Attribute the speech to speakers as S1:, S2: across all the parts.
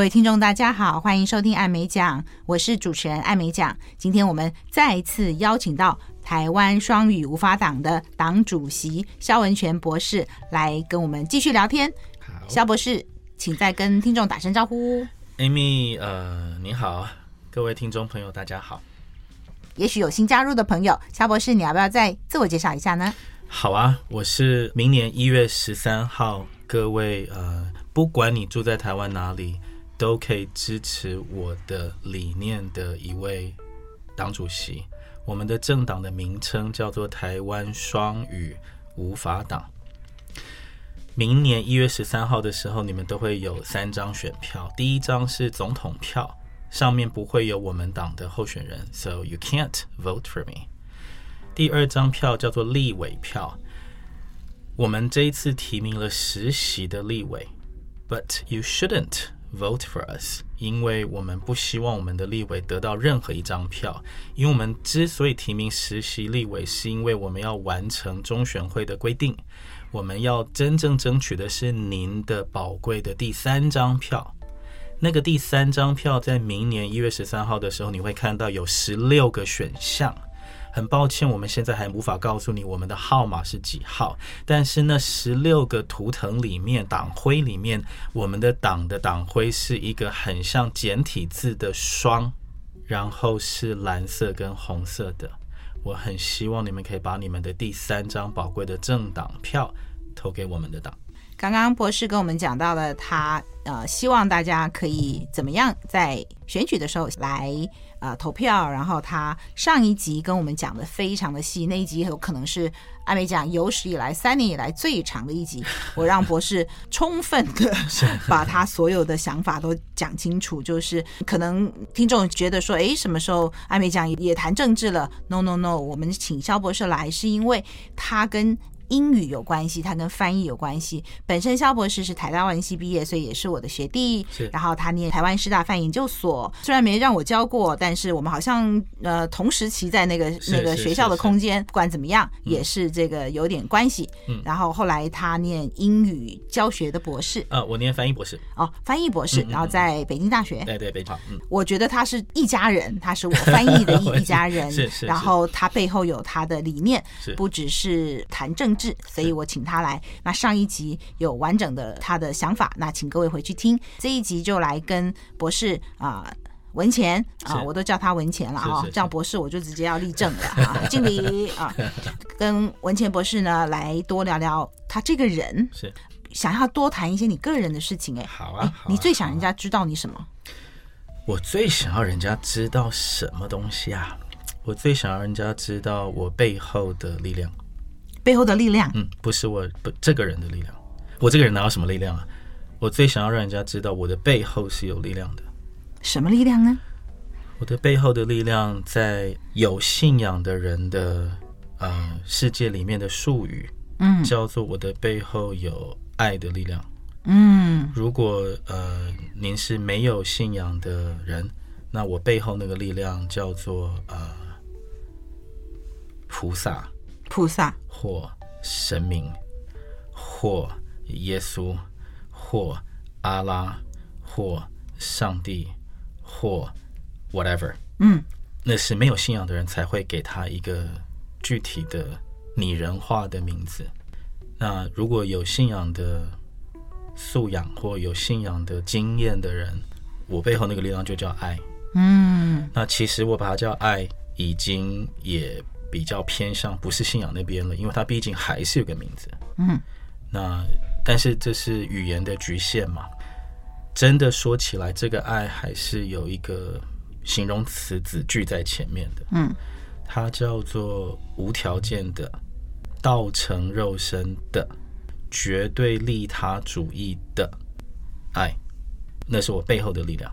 S1: 位听众，大家好，欢迎收听艾美奖，我是主持人艾美奖。今天我们再次邀请到台湾双语无法党的党主席肖文全博士来跟我们继续聊天。
S2: 好
S1: 肖博士，请再跟听众打声招呼。
S2: ，Amy，呃，你好，各位听众朋友，大家好。
S1: 也许有新加入的朋友，肖博士，你要不要再自我介绍一下呢？
S2: 好啊，我是明年一月十三号，各位呃，不管你住在台湾哪里，都可以支持我的理念的一位党主席。我们的政党的名称叫做台湾双语无法党。明年一月十三号的时候，你们都会有三张选票，第一张是总统票，上面不会有我们党的候选人，so you can't vote for me。第二张票叫做立委票。我们这一次提名了实习的立委，But you shouldn't vote for us，因为我们不希望我们的立委得到任何一张票。因为我们之所以提名实习立委，是因为我们要完成中选会的规定，我们要真正争取的是您的宝贵的第三张票。那个第三张票在明年一月十三号的时候，你会看到有十六个选项。很抱歉，我们现在还无法告诉你我们的号码是几号，但是那十六个图腾里面，党徽里面，我们的党的党徽是一个很像简体字的双，然后是蓝色跟红色的。我很希望你们可以把你们的第三张宝贵的政党票投给我们的党。
S1: 刚刚博士跟我们讲到了他呃，希望大家可以怎么样在选举的时候来呃投票。然后他上一集跟我们讲的非常的细，那一集有可能是艾美奖有史以来三年以来最长的一集。我让博士充分的把他所有的想法都讲清楚，就是可能听众觉得说，诶，什么时候艾美奖也谈政治了？No No No，我们请肖博士来是因为他跟英语有关系，它跟翻译有关系。本身肖博士是台大外文系毕业，所以也是我的学弟
S2: 是。
S1: 然后他念台湾师大范研究所，虽然没让我教过，但是我们好像呃同时期在那个
S2: 是
S1: 那个
S2: 是
S1: 学校的
S2: 是
S1: 空间，不管怎么样，也是这个有点关系。
S2: 嗯
S1: 然后后来他念英语教学的博士
S2: 呃，我念翻译博士，
S1: 哦，翻译博士，
S2: 嗯嗯嗯
S1: 然后在北京大学。
S2: 对对，北京，嗯，
S1: 我觉得他是一家人，他是我翻译的
S2: 我
S1: 一一家人，
S2: 是是
S1: 然后他背后有他的理念，
S2: 是
S1: 不只是谈政治，所以我请他来。那上一集有完整的他的想法，那请各位回去听。这一集就来跟博士啊。文钱啊，
S2: 是
S1: 我都叫他文钱了
S2: 是
S1: 哈、
S2: 是是
S1: 这样博士我就直接要立正了啊，敬礼 啊，跟文钱博士呢来多聊聊他这个人，
S2: 是
S1: 想要多谈一些你个人的事情哎、
S2: 好
S1: 哎
S2: 啊。好啊
S1: 你最想人家知道你什么？
S2: 我最想要人家知道什么东西啊？我最想要人家知道我背后的力量，
S1: 背后的力量，
S2: 嗯，不是我不这个人的力量，我这个人哪有什么力量啊？我最想要让人家知道我的背后是有力量的，
S1: 什么力量呢？
S2: 我的背后的力量在有信仰的人的呃世界里面的术语
S1: 嗯
S2: 叫做我的背后有爱的力量。
S1: 嗯
S2: 如果呃您是没有信仰的人，那我背后那个力量叫做呃菩萨
S1: 菩萨，
S2: 或神明或耶稣或阿拉或上帝或 whatever，
S1: 嗯，
S2: 那是没有信仰的人才会给他一个具体的拟人化的名字。那如果有信仰的素养或有信仰的经验的人，我背后那个力量就叫爱。
S1: 嗯
S2: 那其实我把它叫爱，已经也比较偏向不是信仰那边了，因为它毕竟还是有个名字。
S1: 嗯，
S2: 那但是这是语言的局限嘛？真的说起来，这个爱还是有一个形容词子句在前面的，
S1: 嗯，
S2: 它叫做无条件的、道成肉身的、绝对利他主义的爱，那是我背后的力量。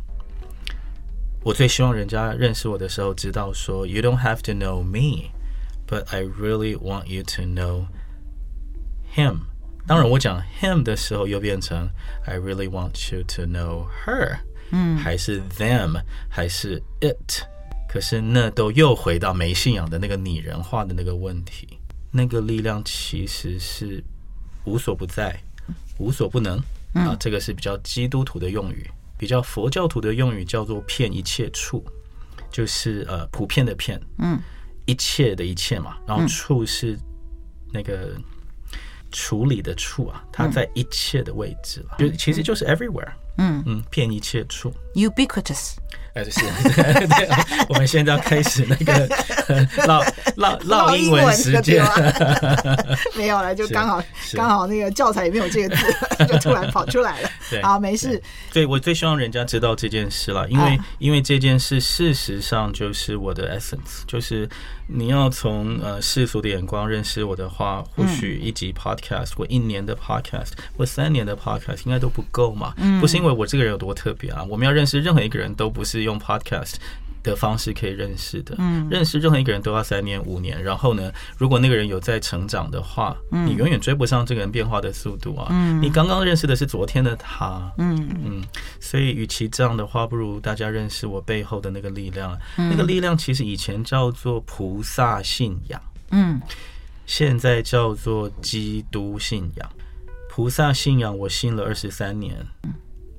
S2: 我最希望人家认识我的时候，知道说，You don't have to know me, but I really want you to know him。当然，我讲 him 的时候又变成 I really want you to know her，嗯，还是 them，还是 it。可是那都又回到没信仰的那个拟人化的那个问题，那个力量其实是无所不在，无所不能、啊，这个是比较基督徒的用语。比较佛教徒的用语叫做“骗一切处”，就是呃普遍的骗，
S1: 嗯，
S2: 一切的一切嘛，然后处是那个处理的处啊，它在一切的位置啊了，就其实就是 everywhere，
S1: 嗯
S2: 嗯，骗一切处。
S1: ，ubiquitous，
S2: 哎，就是， 对啊我们现在要开始那个 呃唠唠唠英文时间，
S1: 没有了，就是刚好
S2: 是
S1: 刚好那个教材里面有这个字， 就突然跑出来了。
S2: 对
S1: 好，没事，
S2: 对，我最希望人家知道这件事了，因为、因为这件事事实上就是我的 essence，就是你要从呃世俗的眼光认识我的话，或许一集 podcast 或一年的 podcast 或三年的 podcast 应该都不够嘛。不是因为我这个人有多特别啊，我们要认识任何一个人都不是用 podcast。的方式可以认识的，嗯，认识任何一个人都要三年五年，然后呢，如果那个人有在成长的话，你永远追不上这个人变化的速度啊，嗯嗯，你刚刚认识的是昨天的他，
S1: 嗯
S2: 嗯，所以与其这样的话，不如大家认识我背后的那个力量。那个力量其实以前叫做菩萨信仰，
S1: 嗯
S2: 现在叫做基督信仰。菩萨信仰我信了二十三年，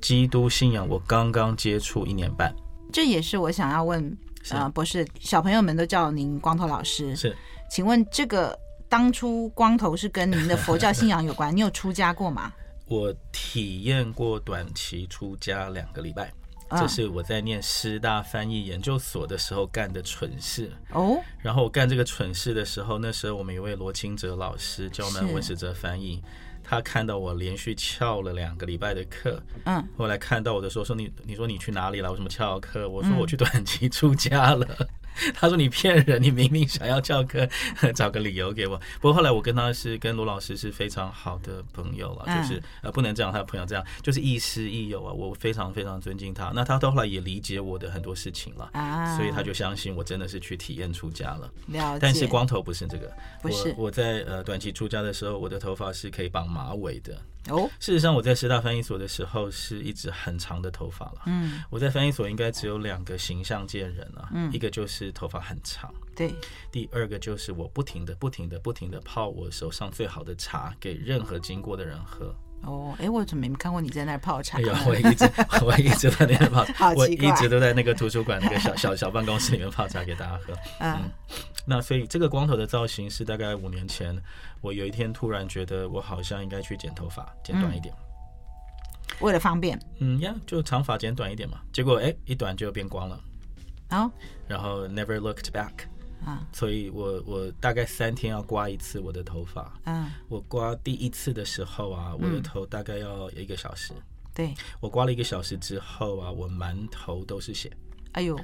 S2: 基督信仰我刚刚接触一年半。
S1: 这也是我想要问
S2: 是
S1: 呃博士，小朋友们都叫您光头老师，
S2: 是，
S1: 请问这个当初光头是跟您的佛教信仰有关？你有出家过吗？
S2: 我体验过短期出家两个礼拜，
S1: 啊
S2: 这是我在念师大翻译研究所的时候干的蠢事。
S1: 哦，
S2: 然后我干这个蠢事的时候，那时候我们有位罗清哲老师教我们
S1: 是
S2: 文史哲翻译，他看到我连续翘了两个礼拜的课，
S1: 嗯，
S2: 后来看到我的时候说你你说你去哪里了？我怎么翘课？我说我去短期出 家了。 他说你骗人，你明明想要翘课， 找个理由给我。不过后来我跟他是跟罗老师是非常好的朋友了，
S1: 嗯
S2: 就是呃不能这样，他的朋友这样，就是亦师亦友啊，我非常非常尊敬他。那他到后来也理解我的很多事情了。
S1: 啊，
S2: 所以他就相信我真的是去体验出家了。
S1: 了解，
S2: 但是光头不是这个，
S1: 不是
S2: 我我在呃短期出家的时候，我的头发是可以绑马尾的。
S1: 哦，
S2: 事实上，我在师大翻译所的时候是一直很长的头发了。
S1: 嗯，
S2: 我在翻译所应该只有两个形象界人啊，一个就是头发很长，
S1: 对，
S2: 第二个就是我不停的、不停的、不停的泡我手上最好的茶给任何经过的人喝。
S1: 哦，哎，我怎么没看过你在那儿泡茶
S2: 哎？呀，我一直我一直在那边泡
S1: 好，
S2: 我
S1: 奇怪
S2: 一直都在那个图书馆那个小小小办公室里面泡茶给大家喝。
S1: 嗯
S2: 那所以这个光头的造型是大概五年前，我有一天突然觉得我好像应该去剪头发，剪短一
S1: 嗯
S2: 点。
S1: 为了方便，
S2: 嗯呀就长发剪短一点嘛。结果哎、一短就变光了，
S1: 然后
S2: 然后 never looked back。
S1: 啊，
S2: 所以我我大概三天要刮一次我的头发。
S1: 嗯，
S2: 我刮第一次的时候啊，我的头大概要一个小时。
S1: 对，
S2: 我刮了一个小时之后啊，我满头都是血，
S1: 哎呦，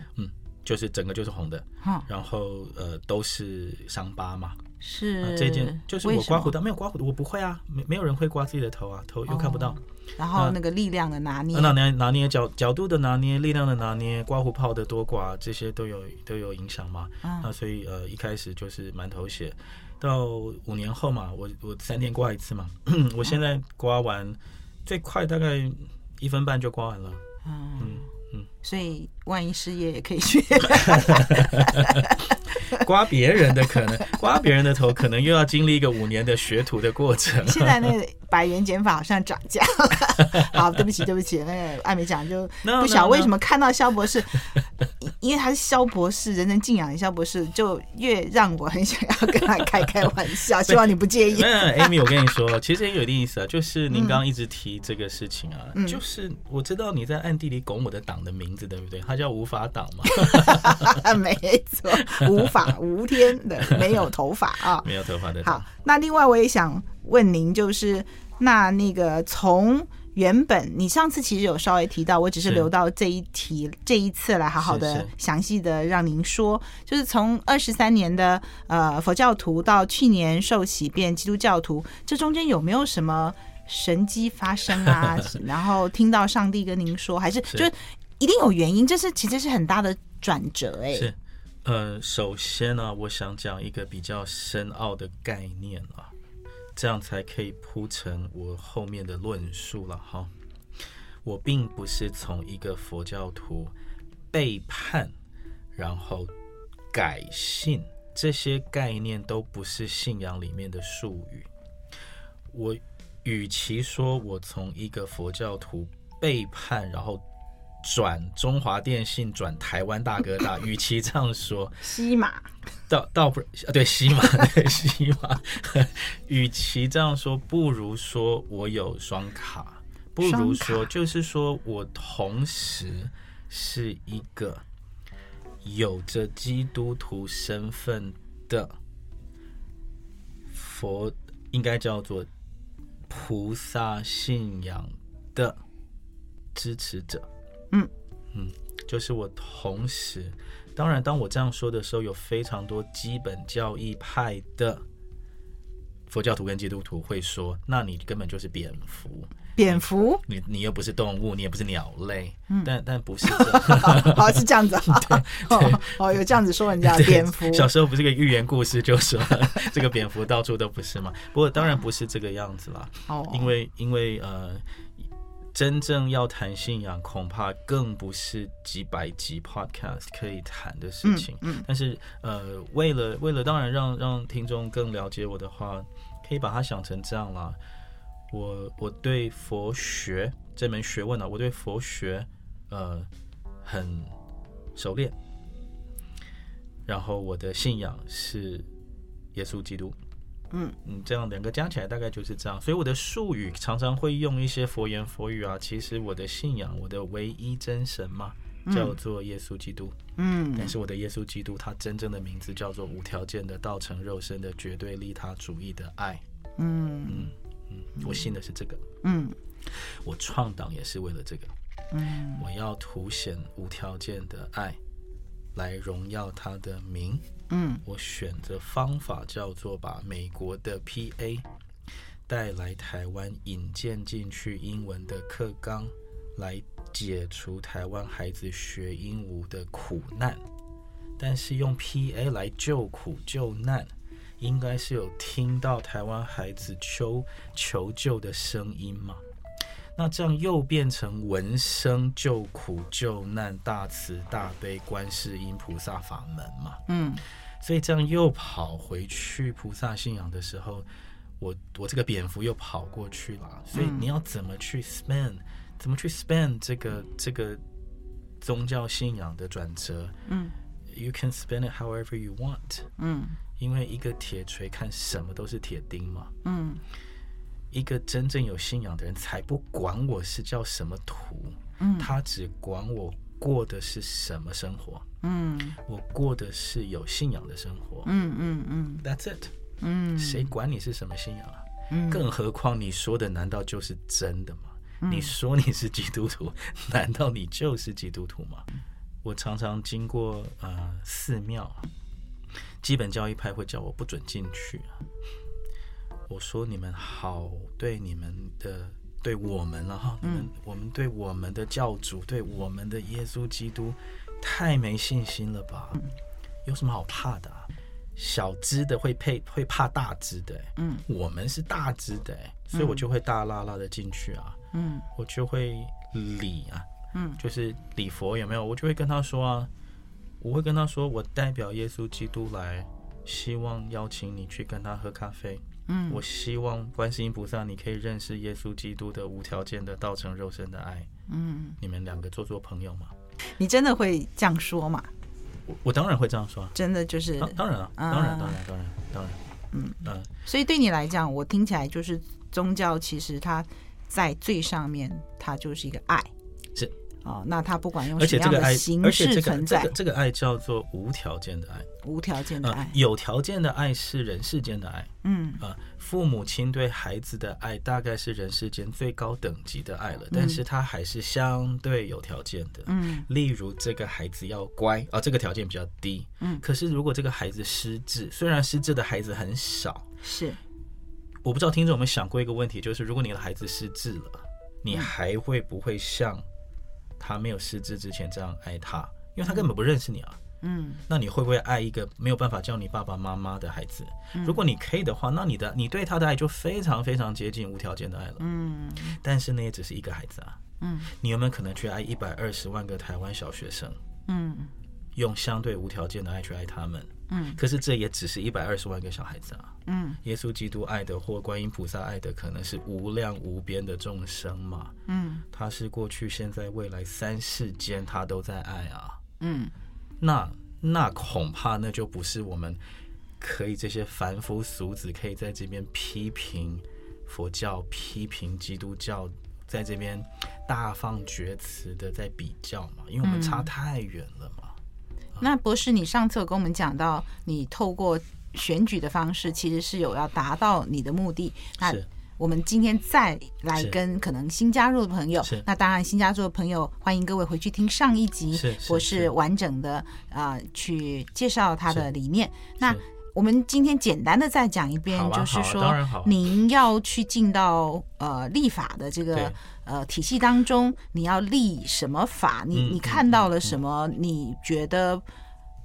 S2: 就是整个就是红的，
S1: 哈，
S2: 然后呃都是伤疤嘛。啊
S1: 是
S2: 这件就
S1: 嗯
S2: 是
S1: 为
S2: 我
S1: 什
S2: 刮
S1: 么哦
S2: 胡，刀，没有刮胡刀，我不会啊，没没有人会刮自己的头啊，头又看不到。
S1: 然后那个力量的拿捏
S2: 啊那，拿捏拿捏角角度的拿捏，力量的拿捏，刮胡泡的多寡，这些都有都有影响嘛。
S1: 嗯
S2: 那所以呃一开始就是满头血，到五年后嘛，我我三天刮一 次嘛，
S1: 哦
S2: 我现在刮完最快大概一分半就刮 完了。
S1: 嗯所以万一失业也可以学，
S2: 刮别人的可能，刮别人的头可能又要经历一个五年的学徒的过程。
S1: 现在那个百元减法好像涨价了。 好，对不起，对不起，那个艾美奖就
S2: No,
S1: 不晓
S2: no,
S1: 为
S2: no
S1: 什么看到肖博士， 因因为他是肖博士，人人敬仰的肖博士，就越让我很想要跟他开开玩 笑，希望你不介意。
S2: 那 Amy，我跟你说， 其实也有点意思啊，就是您刚刚一直提这个事情啊，就是我知道你在暗地里拱我的党的名字，对不对？它叫无法党嘛，
S1: 没错，无法无天的，没有头发啊。
S2: 没有头发的党
S1: 好。，那另外我也想问您，就是那那个从原本你上次其实有稍微提到，我只是
S2: 是
S1: 留到这一题这一次来好好
S2: 是
S1: 的
S2: 是
S1: 详细的让您说，就是从二十三年的呃佛教徒到去年受洗变基督教徒，这中间有没有什么？神迹发生 啊，然后听到上帝跟您说，还是
S2: 是
S1: 就是一定有原因，这是其实是很大的转折哎、
S2: 是呃，首先呢、我想讲一个比较深奥的概念啊，这样才可以铺成我后面的论述了哈。我并不是从一个佛教徒背叛，然后改信，这些概念都不是信仰里面的术语。我与其说我从一个佛教徒背叛，然后转中华电信转台湾大哥大，与其这样说，
S1: 西马
S2: 倒倒不啊对西马对西马，与其这样说，不如说我有双卡，不如
S1: 双
S2: 说
S1: 卡
S2: 就是说我同时是一个有着基督徒身份的佛，应该叫做菩萨信仰的支持者。
S1: 嗯
S2: 嗯，就是我同时，当然，当我这样说的时候，有非常多基本教义派的佛教徒跟基督徒会说，那你根本就是蝙蝠，
S1: 蝙蝠，
S2: 你你又不是动物，你也不是鸟类，
S1: 嗯
S2: 但但不是这样。
S1: 哦是这样子啊，哦哦有这样子说人家的
S2: 对
S1: 蝙蝠，
S2: 小时候不是个寓言故事，就说这个蝙蝠到处都不是嘛。不过当然不是这个样子啦，
S1: 哦，
S2: 因为因为呃，真正要谈信仰，恐怕更不是几百集 podcast 可以谈的事情。
S1: 嗯
S2: 但是呃，为了为了当然让让听众更了解我的话，可以把它想成这样啦。我我对佛学这门学问呢、啊我对佛学呃很熟练，然后我的信仰是耶稣基督。
S1: 嗯
S2: 嗯，这样两个加起来大概就是这样，所以我的术语常常会用一些佛言佛语啊。其实我的信仰，我的唯一真神嘛，叫做耶稣基督。
S1: 嗯
S2: 但是我的耶稣基督，他真正的名字叫做无条件的道成肉身的绝对利他主义的爱。
S1: 嗯
S2: 我信的是这个，
S1: 嗯
S2: 我创党也是为了这个。嗯，我要凸显无条件的爱，来荣耀他的名。
S1: 嗯
S2: 我选择方法叫做把美国的 PA 带来台湾，引荐进去英文的课纲，来解除台湾孩子学英语的苦难。但是用 PA 来救苦救难，应该是有听到台湾孩子求求救的声音嘛？那这样又变成闻声救苦救难大慈大悲观世音菩萨法门嘛？
S1: 嗯
S2: 所以这样又跑回去菩萨信仰的时候，我我这个蝙蝠又跑过去了。所以你要怎么
S1: 嗯
S2: 去 span，、怎么去 span 这个这个宗教信仰的转折
S1: 嗯
S2: ？You can span it however you want，
S1: 嗯
S2: 因为一个铁锤看什么都是铁钉嘛。
S1: 嗯
S2: 一个真正有信仰的人才不管我是叫什么图，
S1: 嗯
S2: 他只管我过的是什么生活，
S1: 嗯
S2: 我过的是有信仰的生活。
S1: 嗯嗯
S2: That's it。
S1: 嗯
S2: 谁管你是什么信仰啊？
S1: 嗯
S2: 更何况你说的难道就是真的吗？你说你是基督徒， 难道你就是基督徒吗？我常常经过呃寺庙，基本教义派会叫我不准进去。啊我说你们好，对你们的，对我们了、哈，你
S1: 嗯
S2: 们、我们对我们的教主，对我们的耶稣基督，太没信心了吧？
S1: 嗯
S2: 有什么好怕的啊、小只的会配会怕大只的、欸，
S1: 嗯，
S2: 我们是大只的、欸，所以我就会大拉拉的进去啊，
S1: 嗯
S2: 我就会礼啊，
S1: 嗯，
S2: 就是礼佛有没有？我就会跟他说啊，我会跟他说，我代表耶稣基督来，希望邀请你去跟他喝咖啡。
S1: 嗯
S2: 我希望观世音菩萨，你可以认识耶稣基督的无条件的道成肉身的爱。
S1: 嗯，
S2: 你们两个做做朋友嘛？
S1: 你真的会这样说嘛？
S2: 我我当然会这样说啊，
S1: 真的就是
S2: 当当然了，当然当然当然当然，嗯嗯。
S1: 所以对你来讲，我听起来就是宗教，其实它在最上面，它就是一个爱，
S2: 是
S1: 哦。那它不管用
S2: 而
S1: 什
S2: 且
S1: 么
S2: 这
S1: 样
S2: 个爱
S1: 的，形
S2: 而且
S1: 式
S2: 这个
S1: 存
S2: 这
S1: 在
S2: 个，这个爱叫做无条件的爱，
S1: 无条件的
S2: 呃
S1: 爱，，
S2: 有条件的爱是人世间的爱，
S1: 嗯
S2: 啊、父母亲对孩子的爱大概是人世间最高等级的爱了，但是它还是相对有条件的。
S1: 嗯
S2: 例如这个孩子要乖啊，这个条件比较低。
S1: 嗯
S2: 可是如果这个孩子失智，虽然失智的孩子很少，
S1: 是，
S2: 我不知道听众有没有想过一个问题，就是如果你的孩子失智了，你
S1: 嗯
S2: 还会不会像他没有失智之前这样爱他？因为他根本不认识你啊。
S1: 嗯
S2: 那你会不会爱一个没有办法叫你爸爸妈妈的孩子？如果你可以的话，那你的你对他的爱就非常非常接近无条件的爱了。
S1: 嗯
S2: 但是那也只是一个孩子啊，
S1: 嗯
S2: 你有没有可能去爱一百二十万个台湾小学生，
S1: 嗯
S2: 用相对无条件的爱去爱他们？嗯，可是这也只是一百二十万个小孩子啊，嗯，耶稣基督爱的或观音菩萨爱的，可能是无量无边的众生嘛，嗯，他是过去、现在、未来三世间他都在爱啊，
S1: 嗯，
S2: 那那恐怕那就不是我们可以这些凡夫俗子可以在这边批评佛教、批评基督教，在这边大放厥词的在比较嘛，因为我们
S1: 嗯
S2: 差太远了嘛。
S1: 那博士，你上次有跟我们讲到，你透过选举的方式，其实是有要达到你的目的。那
S2: 是
S1: 我们今天再来
S2: 是
S1: 跟可能新加入的朋友
S2: 是，
S1: 那当然新加入的朋友，欢迎各位回去听上一集
S2: 是，是
S1: 博
S2: 是
S1: 士完整的啊、呃去介绍他的
S2: 是
S1: 理念。那我们今天简单的再讲一遍
S2: 好，啊
S1: 就是
S2: 好啊
S1: 说，
S2: 当然好啊
S1: 您要去进到呃立法的这个
S2: 对
S1: 呃体系当中，你要立什么法？你
S2: 嗯
S1: 你
S2: 嗯
S1: 看到了什么？你觉得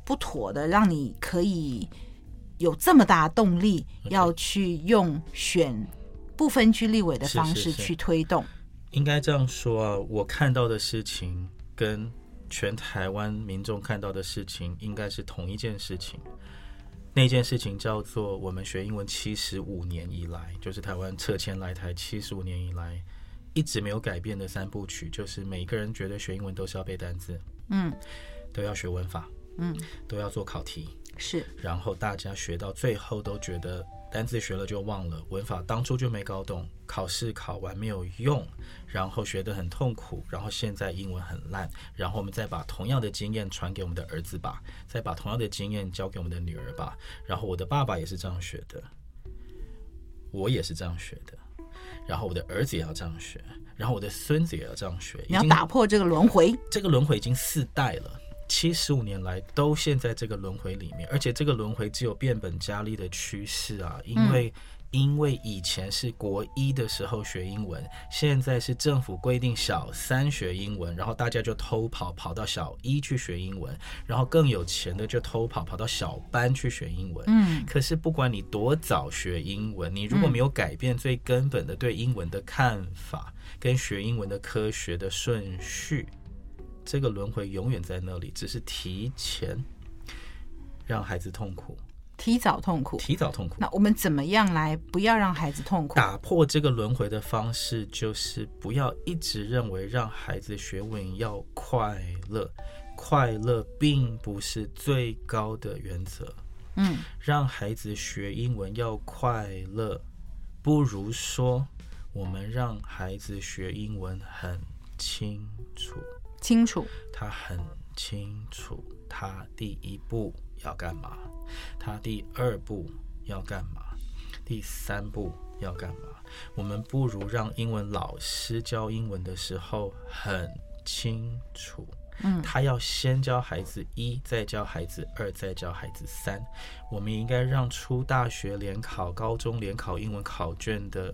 S1: 不妥的，让你可以有这么大的动力，
S2: 嗯
S1: 要去用选不分区立委的
S2: 是
S1: 方
S2: 是
S1: 式
S2: 是
S1: 去推动。
S2: 应该这样说啊，我看到的事情跟全台湾民众看到的事情应该是同一件事情。那件事情叫做我们学英文七十五年以来，就是台湾撤迁来台七十五年以来一直没有改变的三部曲，就是每个人觉得学英文都是要背单词，
S1: 嗯，
S2: 都要学文法，
S1: 嗯，
S2: 都要做考题，
S1: 是
S2: 然后大家学到最后都觉得单字学了就忘了，文法当初就没搞懂，考试考完没有用，然后学得很痛苦，然后现在英文很烂，然后我们再把同样的经验传给我们的儿子吧，再把同样的经验交给我们的女儿吧，然后我的爸爸也是这样学的，我也是这样学的。然后我的儿子也要这样学，然后我的孙子也要这样学。
S1: 你要
S2: 已经
S1: 打破这个轮回。
S2: 这个轮回已经四代了，七十五年来都陷在这个轮回里面，而且这个轮回只有变本加厉的趋势啊，因为、因为以前是国一的时候学英文，现在是政府规定小三学英文，然后大家就偷跑跑到小一去学英文，然后更有钱的就偷跑跑到小班去学英文。
S1: 嗯
S2: 可是不管你多早学英文，你如果没有改变最根本的对英文的看法，跟学英文的科学的顺序，这个轮回永远在那里，只是提前让孩子痛苦，
S1: 提早痛苦。
S2: 提早痛苦。
S1: 那我们怎么样来不要让孩子痛苦？
S2: 打破这个轮回的方式，就是不要一直认为让孩子学文要快乐，快乐并不是最高的原则。
S1: 嗯，
S2: 让孩子学英文要快乐，不如说我们让孩子学英文很清楚，
S1: 清楚。
S2: 他很清楚他第一步要干嘛，他第二步要干嘛，第三步要干嘛。我们不如让英文老师教英文的时候很清楚。
S1: 嗯
S2: 他要先教孩子一，再教孩子二，再教孩子三。我们应该让出大学联考、高中联考英文考卷的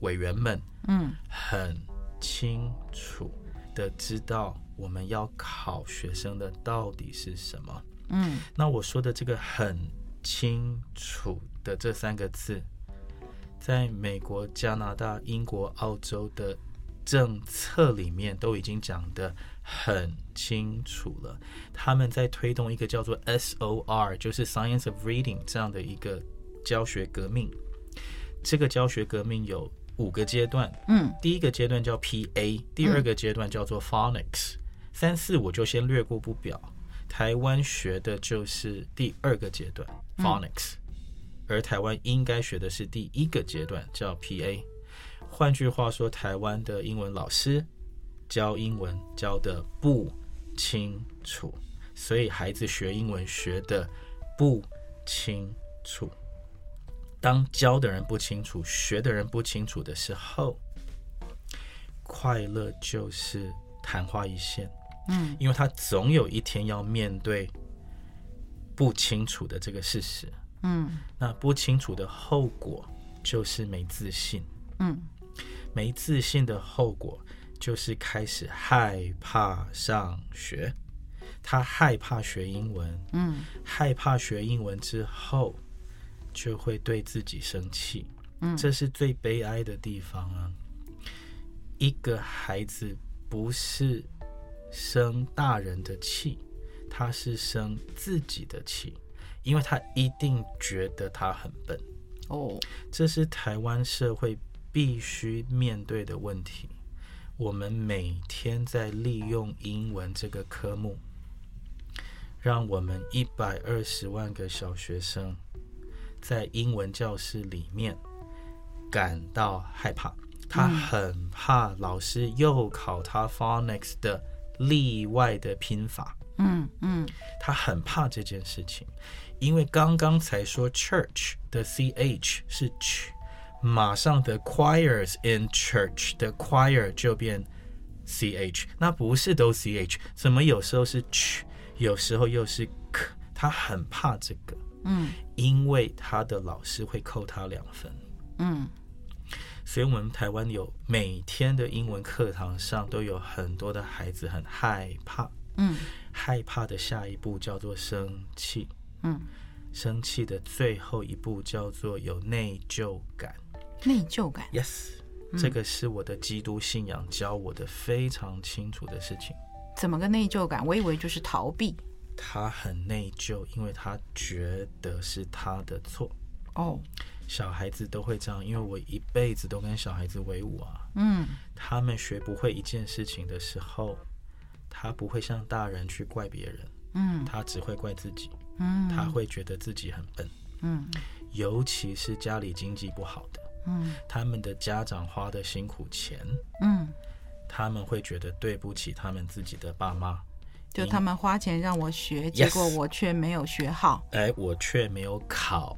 S2: 委员们
S1: 嗯
S2: 很清楚的知道我们要考学生的到底是什么。
S1: 嗯
S2: 那我说的这个很清楚的这三个字，在美国、加拿大、英国、澳洲的政策里面都已经讲得很清楚了。他们在推动一个叫做 SOR，就是 Science of Reading 这样的一个教学革命。这个教学革命有五个阶段，
S1: 嗯
S2: 第一个阶段叫 PA，第二个阶段叫做 Phonics，、三四我就先略过不表。台湾学的就是第二个阶段 Phonics，、而台湾应该学的是第一个阶段叫 PA。换句话说，台湾的英文老师教英文教的不清楚，所以孩子学英文学的不清楚。当教的人不清楚，学的人不清楚的时候，快乐就是昙花一现。
S1: 嗯，
S2: 因为他总有一天要面对不清楚的这个事实。
S1: 嗯
S2: 那不清楚的后果就是没自信，
S1: 嗯
S2: 没自信的后果就是开始害怕上学。他害怕学英文，
S1: 嗯
S2: 害怕学英文之后，就会对自己生气。
S1: 嗯
S2: 这是最悲哀的地方啊！一个孩子不是生大人的气，他是生自己的气，因为他一定觉得他很笨，
S1: 哦，
S2: 这是台湾社会必须面对的问题。我们每天在利用英文这个科目，让我们一百二十万个小学生在英文教室里面感到害怕。他很怕老师又考他 phonics 的例外的拼法，
S1: 嗯嗯，
S2: 他很怕这件事情，因为刚刚才说 church 的 ch 是 ch，马上的 choirs in church 的 choir 就变 ch，那不是都 ch，怎么有时候是 ch，有时候又是 k，他很怕这个，
S1: 嗯，
S2: 因为他的老师会扣他两分。
S1: 嗯
S2: 所以我们台湾有每天的英文课堂上都有很多的孩子很害怕，
S1: 嗯
S2: 害怕的下一步叫做生气，
S1: 嗯，
S2: 生气的最后一步叫做有内疚感。
S1: 内疚感，
S2: Yes，、这个是我的基督信仰教我的非常清楚的事情。
S1: 怎么个内疚感？我以为就是逃避。
S2: 他很内疚，因为他觉得是他的错。
S1: 哦，
S2: 小孩子都会这样，因为我一辈子都跟小孩子为伍啊。
S1: 嗯
S2: 他们学不会一件事情的时候，他不会像大人去怪别人，
S1: 嗯
S2: 他只会怪自己，
S1: 嗯
S2: 他会觉得自己很笨。
S1: 嗯
S2: 尤其是家里经济不好的，
S1: 嗯
S2: 他们的家长花的辛苦钱，
S1: 嗯，
S2: 他们会觉得对不起他们自己的爸妈。
S1: 就他们花钱让我学，结果我却没有学好。
S2: 哎，我却没有考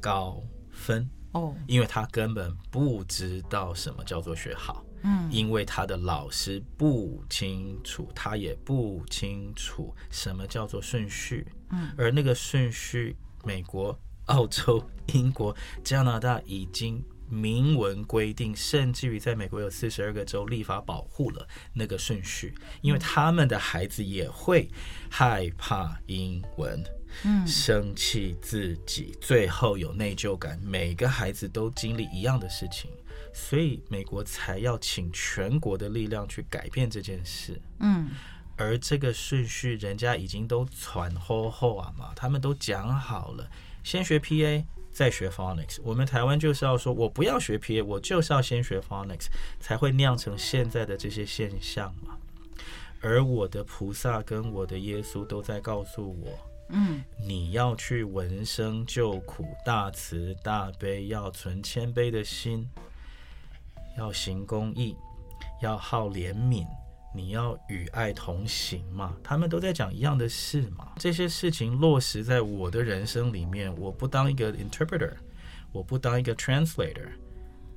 S2: 高分，
S1: 哦，
S2: 因为他根本不知道什么叫做学好。
S1: 嗯
S2: 因为他的老师不清楚，他也不清楚什么叫做顺序。
S1: 嗯，
S2: 而那个顺序，美国、澳洲、英国、加拿大已经明文规定，甚至于在美国有四十二个州立法保护了那个顺序，因为他们的孩子也会害怕英文。
S1: 嗯
S2: 生气自己，最后有内疚感。每个孩子都经历一样的事情，所以美国才要请全国的力量去改变这件事。
S1: 嗯
S2: 而这个顺序，人家已经都传后后啊嘛，他们都讲好了，先学 PA，再学 phonics。我们台湾就是要说，我不要学 PA，我就是要先学 phonics，才会酿成现在的这些现象嘛。而我的菩萨跟我的耶稣都在告诉我，
S1: 嗯
S2: 你要去闻声救苦，大慈大悲，要存谦卑的心，要行公义，要好怜悯，你要与爱同行嘛。他们都在讲一样的事嘛。这些事情落实在我的人生里面，我不当一个 interpreter，我不当一个 translator。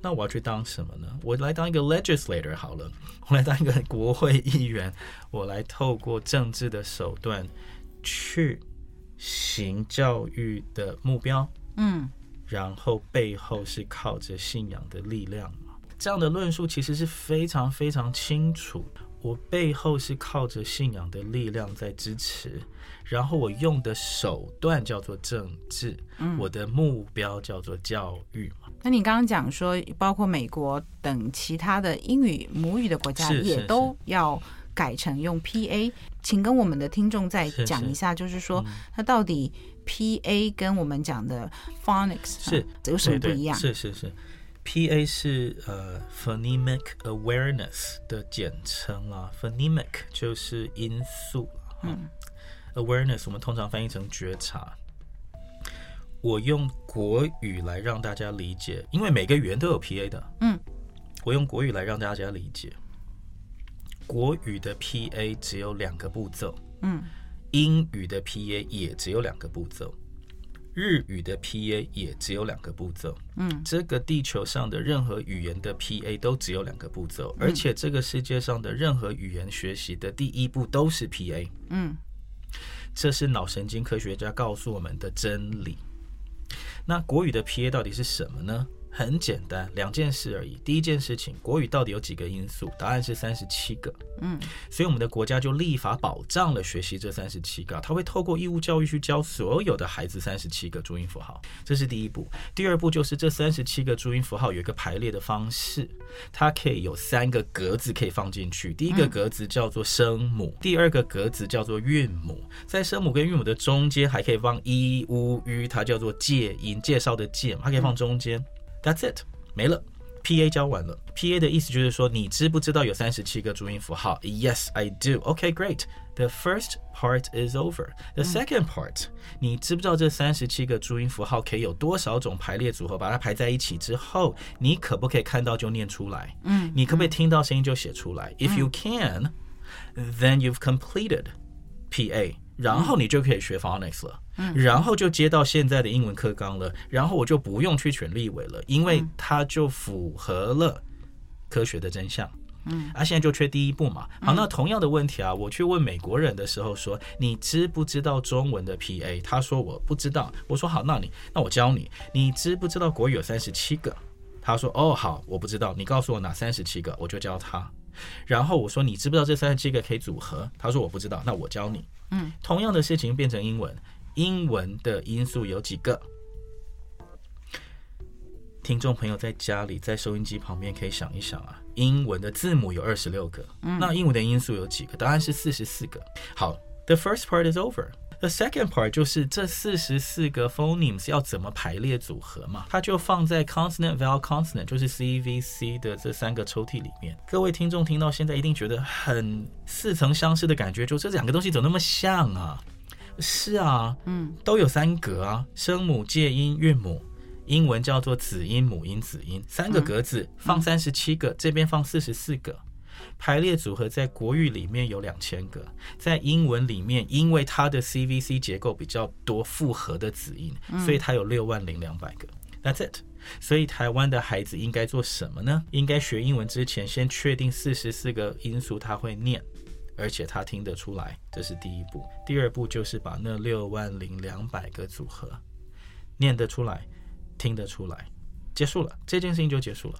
S2: 那我要去当什么呢？我来当一个 legislator 好了，我来当一个国会议员，我来透过政治的手段去行教育的目标，
S1: 嗯
S2: 然后背后是靠着信仰的力量嘛。这样的论述其实是非常非常清楚，我背后是靠着信仰的力量在支持，然后我用的手段叫做政治，我的目标叫做教育嘛。
S1: 那你刚刚讲说，包括美国等其他的英语母语的国家，
S2: 是是
S1: 也都要改成用 PA。请跟我们的听众再
S2: 是
S1: 讲
S2: 是嗯
S1: 一下，就是说，那到底 PA 跟我们讲的 phonics
S2: 是
S1: 啊有什么不
S2: 对对
S1: 一样？
S2: 是是是，PA 是呃 phonemic awareness 的简称啦，phonemic 就是音素啦。嗯，awareness 我们通常翻译成觉察。我用国语来让大家理解，因为每个语言都有 PA 的。
S1: 嗯，
S2: 我用国语来让大家理解。国语的 PA 只有两个步骤，
S1: 嗯，
S2: 英语的 PA 也只有两个步骤，日语的 PA 也只有两个步骤。
S1: 嗯，
S2: 这个地球上的任何语言的 PA 都只有两个步骤，而且这个世界上的任何语言学习的第一步都是 PA。
S1: 嗯
S2: 这是脑神经科学家告诉我们的真理。那国语的 PA 到底是什么呢？很简单，两件事而已。第一件事情，国语到底有几个因素？答案是三十七个。
S1: 嗯，
S2: 所以我们的国家就立法保障了学习这三十七个，他会透过义务教育去教所有的孩子三十七个注音符号，这是第一步。第二步就是这三十七个注音符号有一个排列的方式，它可以有三个格子可以放进去，第一个格子叫做声母，第二个格子叫做韵母，在声母跟韵母的中间还可以放一、u、u，它叫做介音，介绍的介嘛，它可以放中间。That's it，没了。P A 教完了，P A 的意思就是说，你知不知道有三十七个注音符号？Yes, I do. Okay, great. The first part is over. The second part，、你知不知道这三十七个注音符号可以有多少种排列组合？把它排在一起之后，你可不可以看到就念出来？嗯，Mm. 你可不可以听到声音就写出来、i f you can, then you've completed P A。然后你就可以学 phonics 了，然后就接到现在的英文课纲了，然后我就不用去选立委了，因为它就符合了科学的真相。嗯，啊，现在就缺第一步嘛。好，那同样的问题啊，我去问美国人的时候说，你知不知道中文的 PA？他说我不知道。我说好，那你那我教你，你知不知道国语有三十七个？他说哦，好，我不知道，你告诉我哪三十七个，我就教他。然后我说你知不知道这三十七个可以组合？他说我不知道，那我教你。
S1: 嗯，
S2: 同样的事情变成英文，英文的因素有几个？听众朋友在家里在收音机旁边可以想一想啊，英文的字母有二十六个，那英文的因素有几个？答案是四十四个。好，The first part is over。The second part 就是这四十四个 phonemes 要怎么排列组合嘛？它就放在 consonant、vowel、consonant，就是 C、V、C 的这三个抽屉里面。各位听众听到现在一定觉得很似曾相识的感觉，就这两个东西怎么那么像啊？是啊，
S1: 嗯，
S2: 都有三格啊，声母、介音、韵母，英文叫做子音、母音、子音，三个格子放三十七个，这边放四十四个。排列组合在国语里面有两千个，在英文里面，因为它的 CVC 结构比较多复合的子音，所以它有六万零两百个。That's it。所以台湾的孩子应该做什么呢？应该学英文之前，先确定四十四个因素他会念，而且他听得出来，这是第一步。第二步就是把那六万零两百个组合念得出来，听得出来，结束了，这件事情就结束了，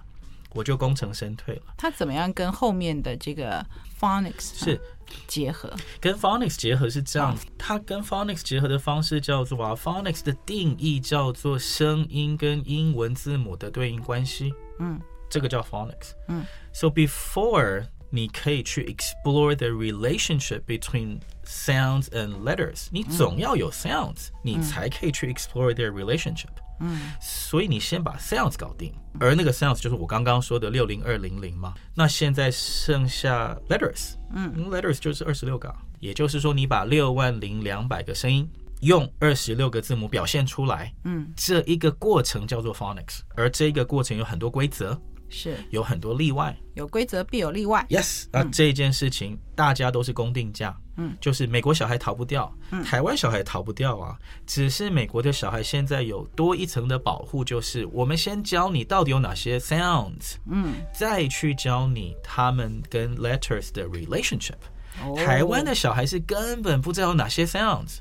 S2: 我就功成身退了。
S1: 它怎么样跟后面的这个 phonics 啊
S2: 是
S1: 结合？
S2: 跟 phonics 结合是这样，
S1: 嗯
S2: 它跟 phonics 结合的方式叫做啊，phonics 的定义叫做声音跟英文字母的对应关系。
S1: 嗯，
S2: 这个叫 phonics。
S1: 嗯
S2: ，so before 你可以去 explore the relationship between sounds and letters，你
S1: 嗯
S2: 总要有 sounds，、你才可以去 explore their relationship。
S1: 嗯，
S2: 所以你先把 sounds 搞定，而那个 sounds 就是我刚刚说的六零二零零嘛。那现在剩下 letters，嗯，letters 就是二十六个啊，也就是说你把六万零两百个声音用二十六个字母表现出来，
S1: 嗯，
S2: 这一个过程叫做 phonics，而这个过程有很多规则，
S1: 是
S2: 有很多例外。
S1: 有规则必有例外。
S2: Yes，那这件事情大家都是公定价，
S1: 嗯，
S2: 就是美国小孩逃不掉，台湾小孩逃不掉啊。只是美国的小孩现在有多一层的保护，就是我们先教你到底有哪些 sounds，
S1: 嗯，
S2: 再去教你他们跟 letters 的 relationship。
S1: 哦
S2: 台湾的小孩是根本不知道有哪些 sounds，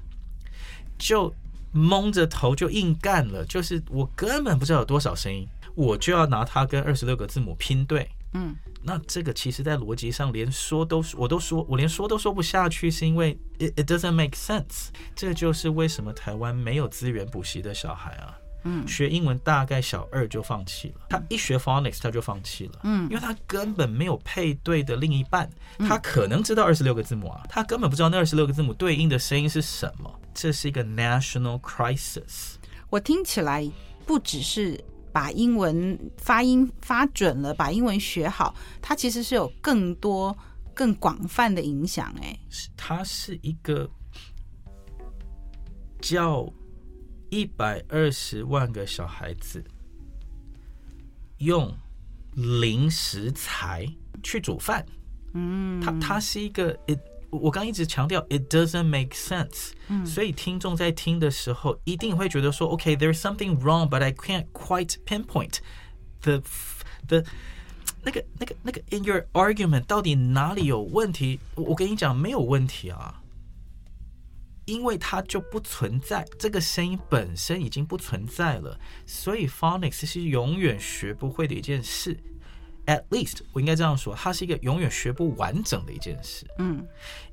S2: 就蒙着头就硬干了，就是我根本不知道有多少声音，我就要拿它跟二十六个字母拼对。
S1: 嗯，
S2: 那这个其实，在逻辑上连说都我都说我连说都说不下去，是因为 it it doesn't make sense。这就是为什么台湾没有资源补习的小孩啊。
S1: 嗯
S2: 学英文大概小二就放弃了，他一学 phonics 他就放弃了，
S1: 嗯
S2: 因为他根本没有配对的另一半，他可能知道二十六个字母啊，他根本不知道那二十六个字母对应的声音是什么，这是一个 national crisis。
S1: 我听起来不只是把英文发音发准了，把英文学好，它其实是有更多更广泛的影响。哎，
S2: 是它是一个叫一百二十万个小孩子用零食材去煮饭。嗯，它它是一个 it。我刚一直强调，it doesn't make sense，、所以听众在听的时候一定会觉得说，OK，there's、something wrong，but I can't quite pinpoint the the 那个、那个、那个，in your argument 到底哪里有问题？我我跟你讲，没有问题啊。因为它就不存在，这个声音本身已经不存在了，所以 phonics 是永远学不会的一件事。At least 我应该这样说，它是一个永远学不完整的一件事，
S1: 嗯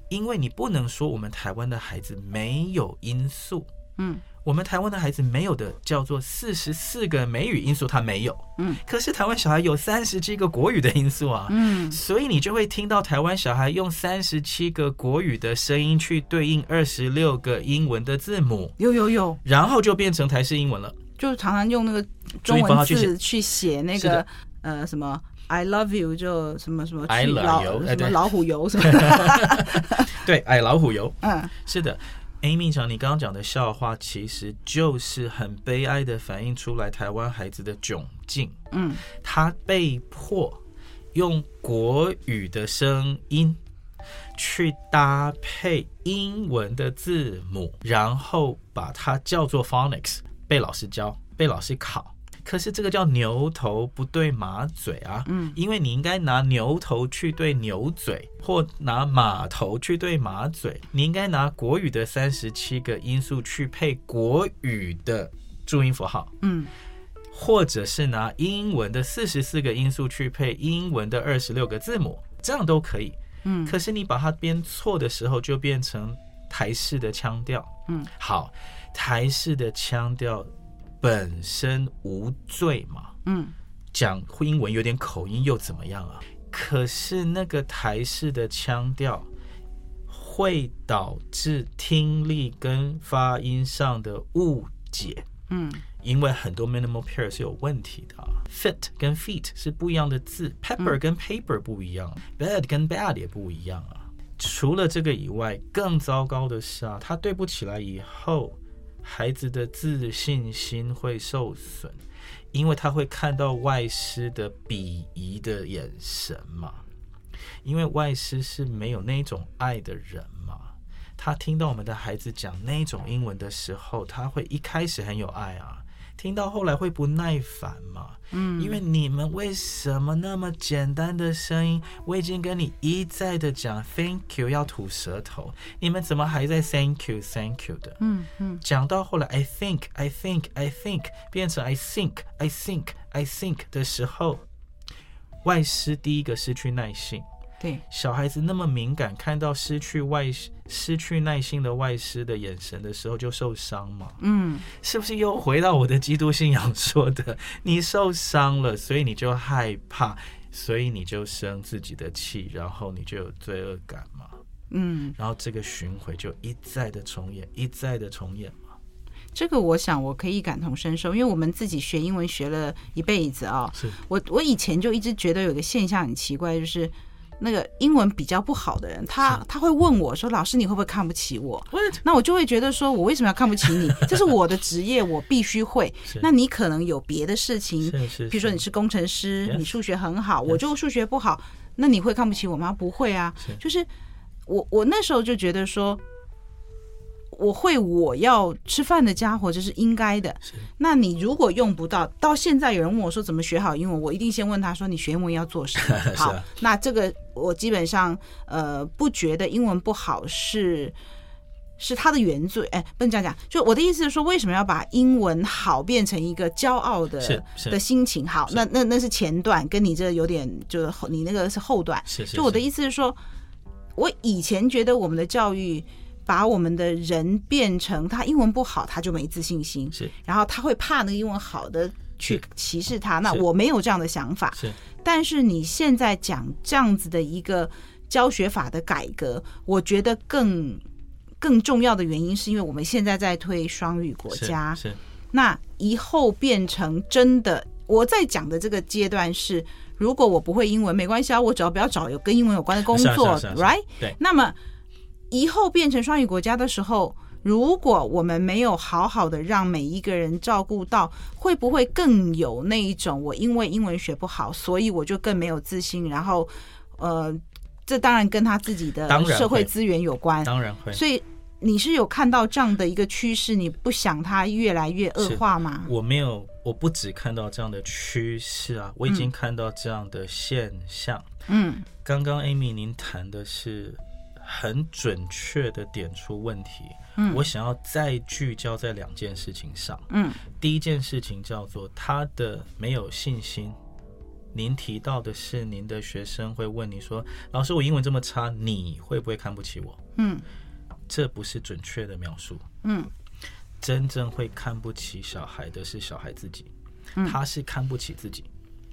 S2: 因为你不能说我们台湾的孩子没有因素，
S1: 嗯
S2: 我们台湾的孩子没有的叫做四十四个美语因素，他没有，
S1: 嗯
S2: 可是台湾小孩有三十七个国语的因素啊，
S1: 嗯
S2: 所以你就会听到台湾小孩用三十七个国语的声音去对应二十六个英文的字母，
S1: 有有有，
S2: 然后就变成台式英文了。
S1: 就是常常用那个
S2: 注
S1: 中
S2: 意帮他
S1: 文
S2: 去写
S1: 字去写那
S2: 是
S1: 个
S2: 的
S1: 呃什么 I love you 就什么什么
S2: I
S1: 去
S2: love
S1: 老
S2: you，哎
S1: 什
S2: 对
S1: 么老虎油什么的，
S2: 对，矮老虎油
S1: 嗯
S2: 是的。Amy 讲，你刚刚讲的笑话，其实就是很悲哀的反映出来台湾孩子的窘境。
S1: 嗯
S2: 他被迫用国语的声音去搭配英文的字母，然后把它叫做 phonics，被老师教，被老师考。可是这个叫牛头不对马嘴啊，
S1: 嗯，
S2: 因为你应该拿牛头去对牛嘴，或拿马头去对马嘴，你应该拿国语的三十七个音素去配国语的注音符号。
S1: 嗯
S2: 或者是拿英文的四十四个因素去配英文的二十六个字母，这样都可以。
S1: 嗯
S2: 可是你把它编错的时候，就变成台式的腔调。
S1: 嗯，
S2: 好，台式的腔调本身无罪嘛，
S1: 嗯
S2: 讲英文有点口音又怎么样啊？可是那个台式的腔调会导致听力跟发音上的误解。
S1: 嗯
S2: 因为很多 minimal pair 是有问题的、啊、，fit 跟 feet 是不一样的字，pepper 跟 paper 不一样、b e d 跟 bad 也不一样啊。除了这个以外，更糟糕的是啊，他对不起来以后，孩子的自信心会受损，因为他会看到外师的鄙夷的眼神嘛，因为外师是没有那一种爱的人嘛。他听到我们的孩子讲那种英文的时候，他会一开始很有爱啊，听到后来会不耐烦嘛。
S1: 嗯
S2: 因为你们为什么那么简单的声音，我已经跟你一再的讲 thank you 要吐舌头，你们怎么还在 thank you thank you 的？
S1: 嗯嗯
S2: 讲到后来，I think I think I think 变成 I think I think I think 的时候，外师第一个失去耐性。
S1: 对，
S2: 小孩子那么敏感，看到失去外失去耐心的外师的眼神的时候就受伤嘛？
S1: 嗯
S2: 是不是又回到我的基督信仰说的，你受伤了，所以你就害怕，所以你就生自己的气，然后你就有罪恶感嘛？
S1: 嗯，
S2: 然后这个巡回就一再的重演，一再的重演嘛？
S1: 这个我想我可以感同身受，因为我们自己学英文学了一辈子啊、
S2: 是
S1: 我我以前就一直觉得有个现象很奇怪，就是那个英文比较不好的人，他他会问我说：“老师，你会不会看不起我？”
S2: What？
S1: 那我就会觉得说，我为什么要看不起你？这是我的职业，我必须 会
S2: 是。
S1: 那你可能有别的事情，
S2: 是是，
S1: 比如说你是工程师
S2: Yes
S1: 你数学很好，我就数学不好，那你会看不起我吗？不会啊，
S2: 是
S1: 就是我我那时候就觉得说，我会我要吃饭的家伙，这是应该的
S2: 是。？
S1: 那你如果用不到，到现在有人问我说怎么学好英文，我一定先问他说你学英文要做什么
S2: 是
S1: 好
S2: 啊，
S1: 那这个我基本上呃不觉得英文不好是。是他的原罪，哎，不能这样讲。就我的意思是说，为什么要把英文好变成一个骄傲的
S2: 是是
S1: 的心情？好，那那那是前段，跟你这有点就是后你那个是后段。
S2: 是是，
S1: 就我的
S2: 是
S1: 意思是说，我以前觉得我们的教育把我们的人变成他英文不好他就没自信心，
S2: 是
S1: 然后他会怕那个英文好的去
S2: 是
S1: 歧视他。那
S2: 是
S1: 我没有这样的想法，
S2: 是
S1: 但是你现在讲这样子的一个教学法的改革，我觉得更更重要的原因是因为我们现在在推双语国
S2: 是
S1: 家，
S2: 是
S1: 那以后变成真的，我在讲的这个阶段是，如果我不会英文没关系啊，我只要不要找有跟英文有关的工
S2: 是啊
S1: 作
S2: 是啊是啊
S1: ，right？
S2: 对
S1: 那么以后变成双语国家的时候。如果我们没有好好的让每一个人照顾到，会不会更有那一种我因为英文学不好，所以我就更没有自信？然后，呃，这当然跟他自己的
S2: 当然会
S1: 社会资源有关。
S2: 当然会。
S1: 嗯所以你是有看到这样的一个趋势，你不想它越来越恶化吗？
S2: 我没有，我不只看到这样的趋势啊，我已经看到这样的现象。
S1: 嗯
S2: 刚刚 Amy 您谈的是很准确的点出问题。嗯，我想要再聚焦在两件事情上。
S1: 嗯，
S2: 第一件事情叫做他的没有信心。您提到的是您的学生会问你说：“老师，我英文这么差，你会不会看不起我？”
S1: 嗯，
S2: 这不是准确的描述。
S1: 嗯，
S2: 真正会看不起小孩的是小孩自己，
S1: 嗯
S2: 他是看不起自己。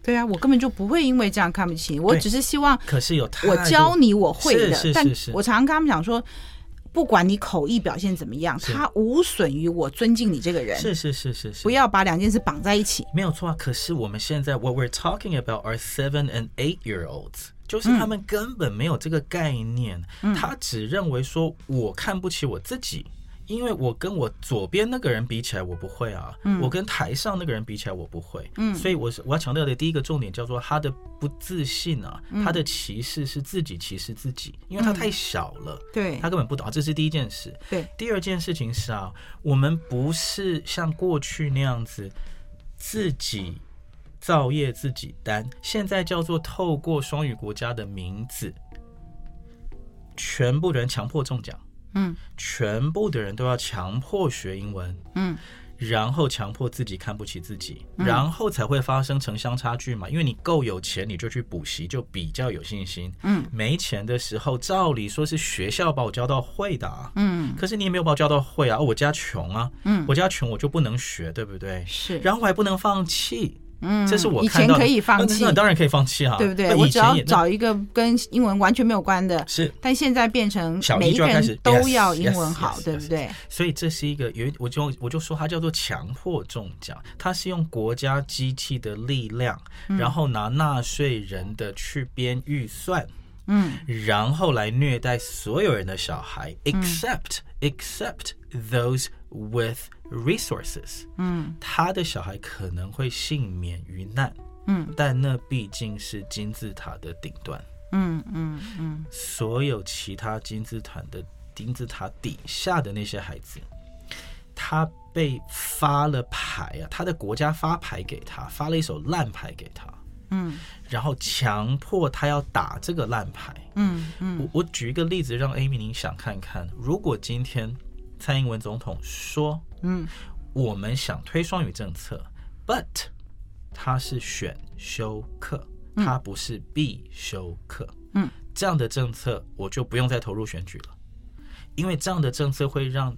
S1: 对啊，我根本就不会因为这样看不起你，我
S2: 对
S1: 只是希望
S2: 可是有太
S1: 我教
S2: 多
S1: 你我会的，
S2: 是是
S1: 但
S2: 是是
S1: 我常常跟他们讲说，不管你口译表现怎么样，
S2: 是
S1: 它无损于我尊敬你这个人。
S2: 是是是是是，
S1: 不要把两件事绑在一起。
S2: 没有错啊。可是我们现在 what we're talking about are seven and eight year olds，就是他们根本没有这个概念，他只认为说我看不起我自己。因为我跟我左边那个人比起来，我不会啊。我跟台上那个人比起来，我不会。嗯，所以我是我要强调的第一个重点叫做他的不自信啊，他的歧视是自己歧视自己，因为他太小了，
S1: 对
S2: 他根本不懂啊。这是第一件事。
S1: 对，
S2: 第二件事情是啊，我们不是像过去那样子自己造业自己担，现在叫做透过双语国家的名字，全部人强迫中奖，
S1: 嗯，
S2: 全部的人都要强迫学英文，
S1: 嗯。
S2: 然后强迫自己看不起自己，然后才会发生城乡差距嘛。因为你够有钱，你就去补习，就比较有信心。
S1: 嗯，
S2: 没钱的时候，照理说是学校把我教到会的、啊，
S1: 嗯，
S2: 可是你也没有把我教到会啊，哦我家穷啊，
S1: 嗯，
S2: 我家穷我就不能学，对不对？
S1: 是，
S2: 然后我还不能放弃，
S1: 嗯
S2: 这是我
S1: 以
S2: 看
S1: 前
S2: 到的哦
S1: 可以放
S2: 那
S1: 弃
S2: 那，当然可以放弃啊，
S1: 对不对？
S2: 那
S1: 我
S2: 以
S1: 只
S2: 前
S1: 要
S2: 也那
S1: 找一个跟英文完全没有关的，
S2: 是。
S1: 但现在变成
S2: 小一
S1: 每一
S2: 就
S1: 个
S2: 要开
S1: 人
S2: 始
S1: 都
S2: yes，
S1: 要英
S2: yes，
S1: 文好
S2: yes，
S1: 对不
S2: yes，
S1: 对？
S2: 所以这是一个有一，我就我就说它叫做强迫中奖，它是用国家机器的力量，
S1: 嗯
S2: 然后拿纳税人的去编预算，
S1: 嗯
S2: 然后来虐待所有人的小孩，except、except those with resources。
S1: 嗯
S2: 他的小孩可能会幸免于难，
S1: 嗯
S2: 但那毕竟是金字塔的顶端，
S1: 嗯嗯嗯，
S2: 所有其他金字塔的金字塔底下的那些孩子，他被发了牌啊，他的国家发牌给他，发了一手烂牌给他，
S1: 嗯
S2: 然后强迫他要打这个烂牌。
S1: 嗯嗯
S2: 我我举一个例子让 Amy 您想看看，如果今天蔡英文总统说
S1: 嗯
S2: 我们想推双语政策，but 它是选修课，它不是必修课。
S1: 嗯，
S2: 这样的政策我就不用再投入选举了，因为这样的政策会让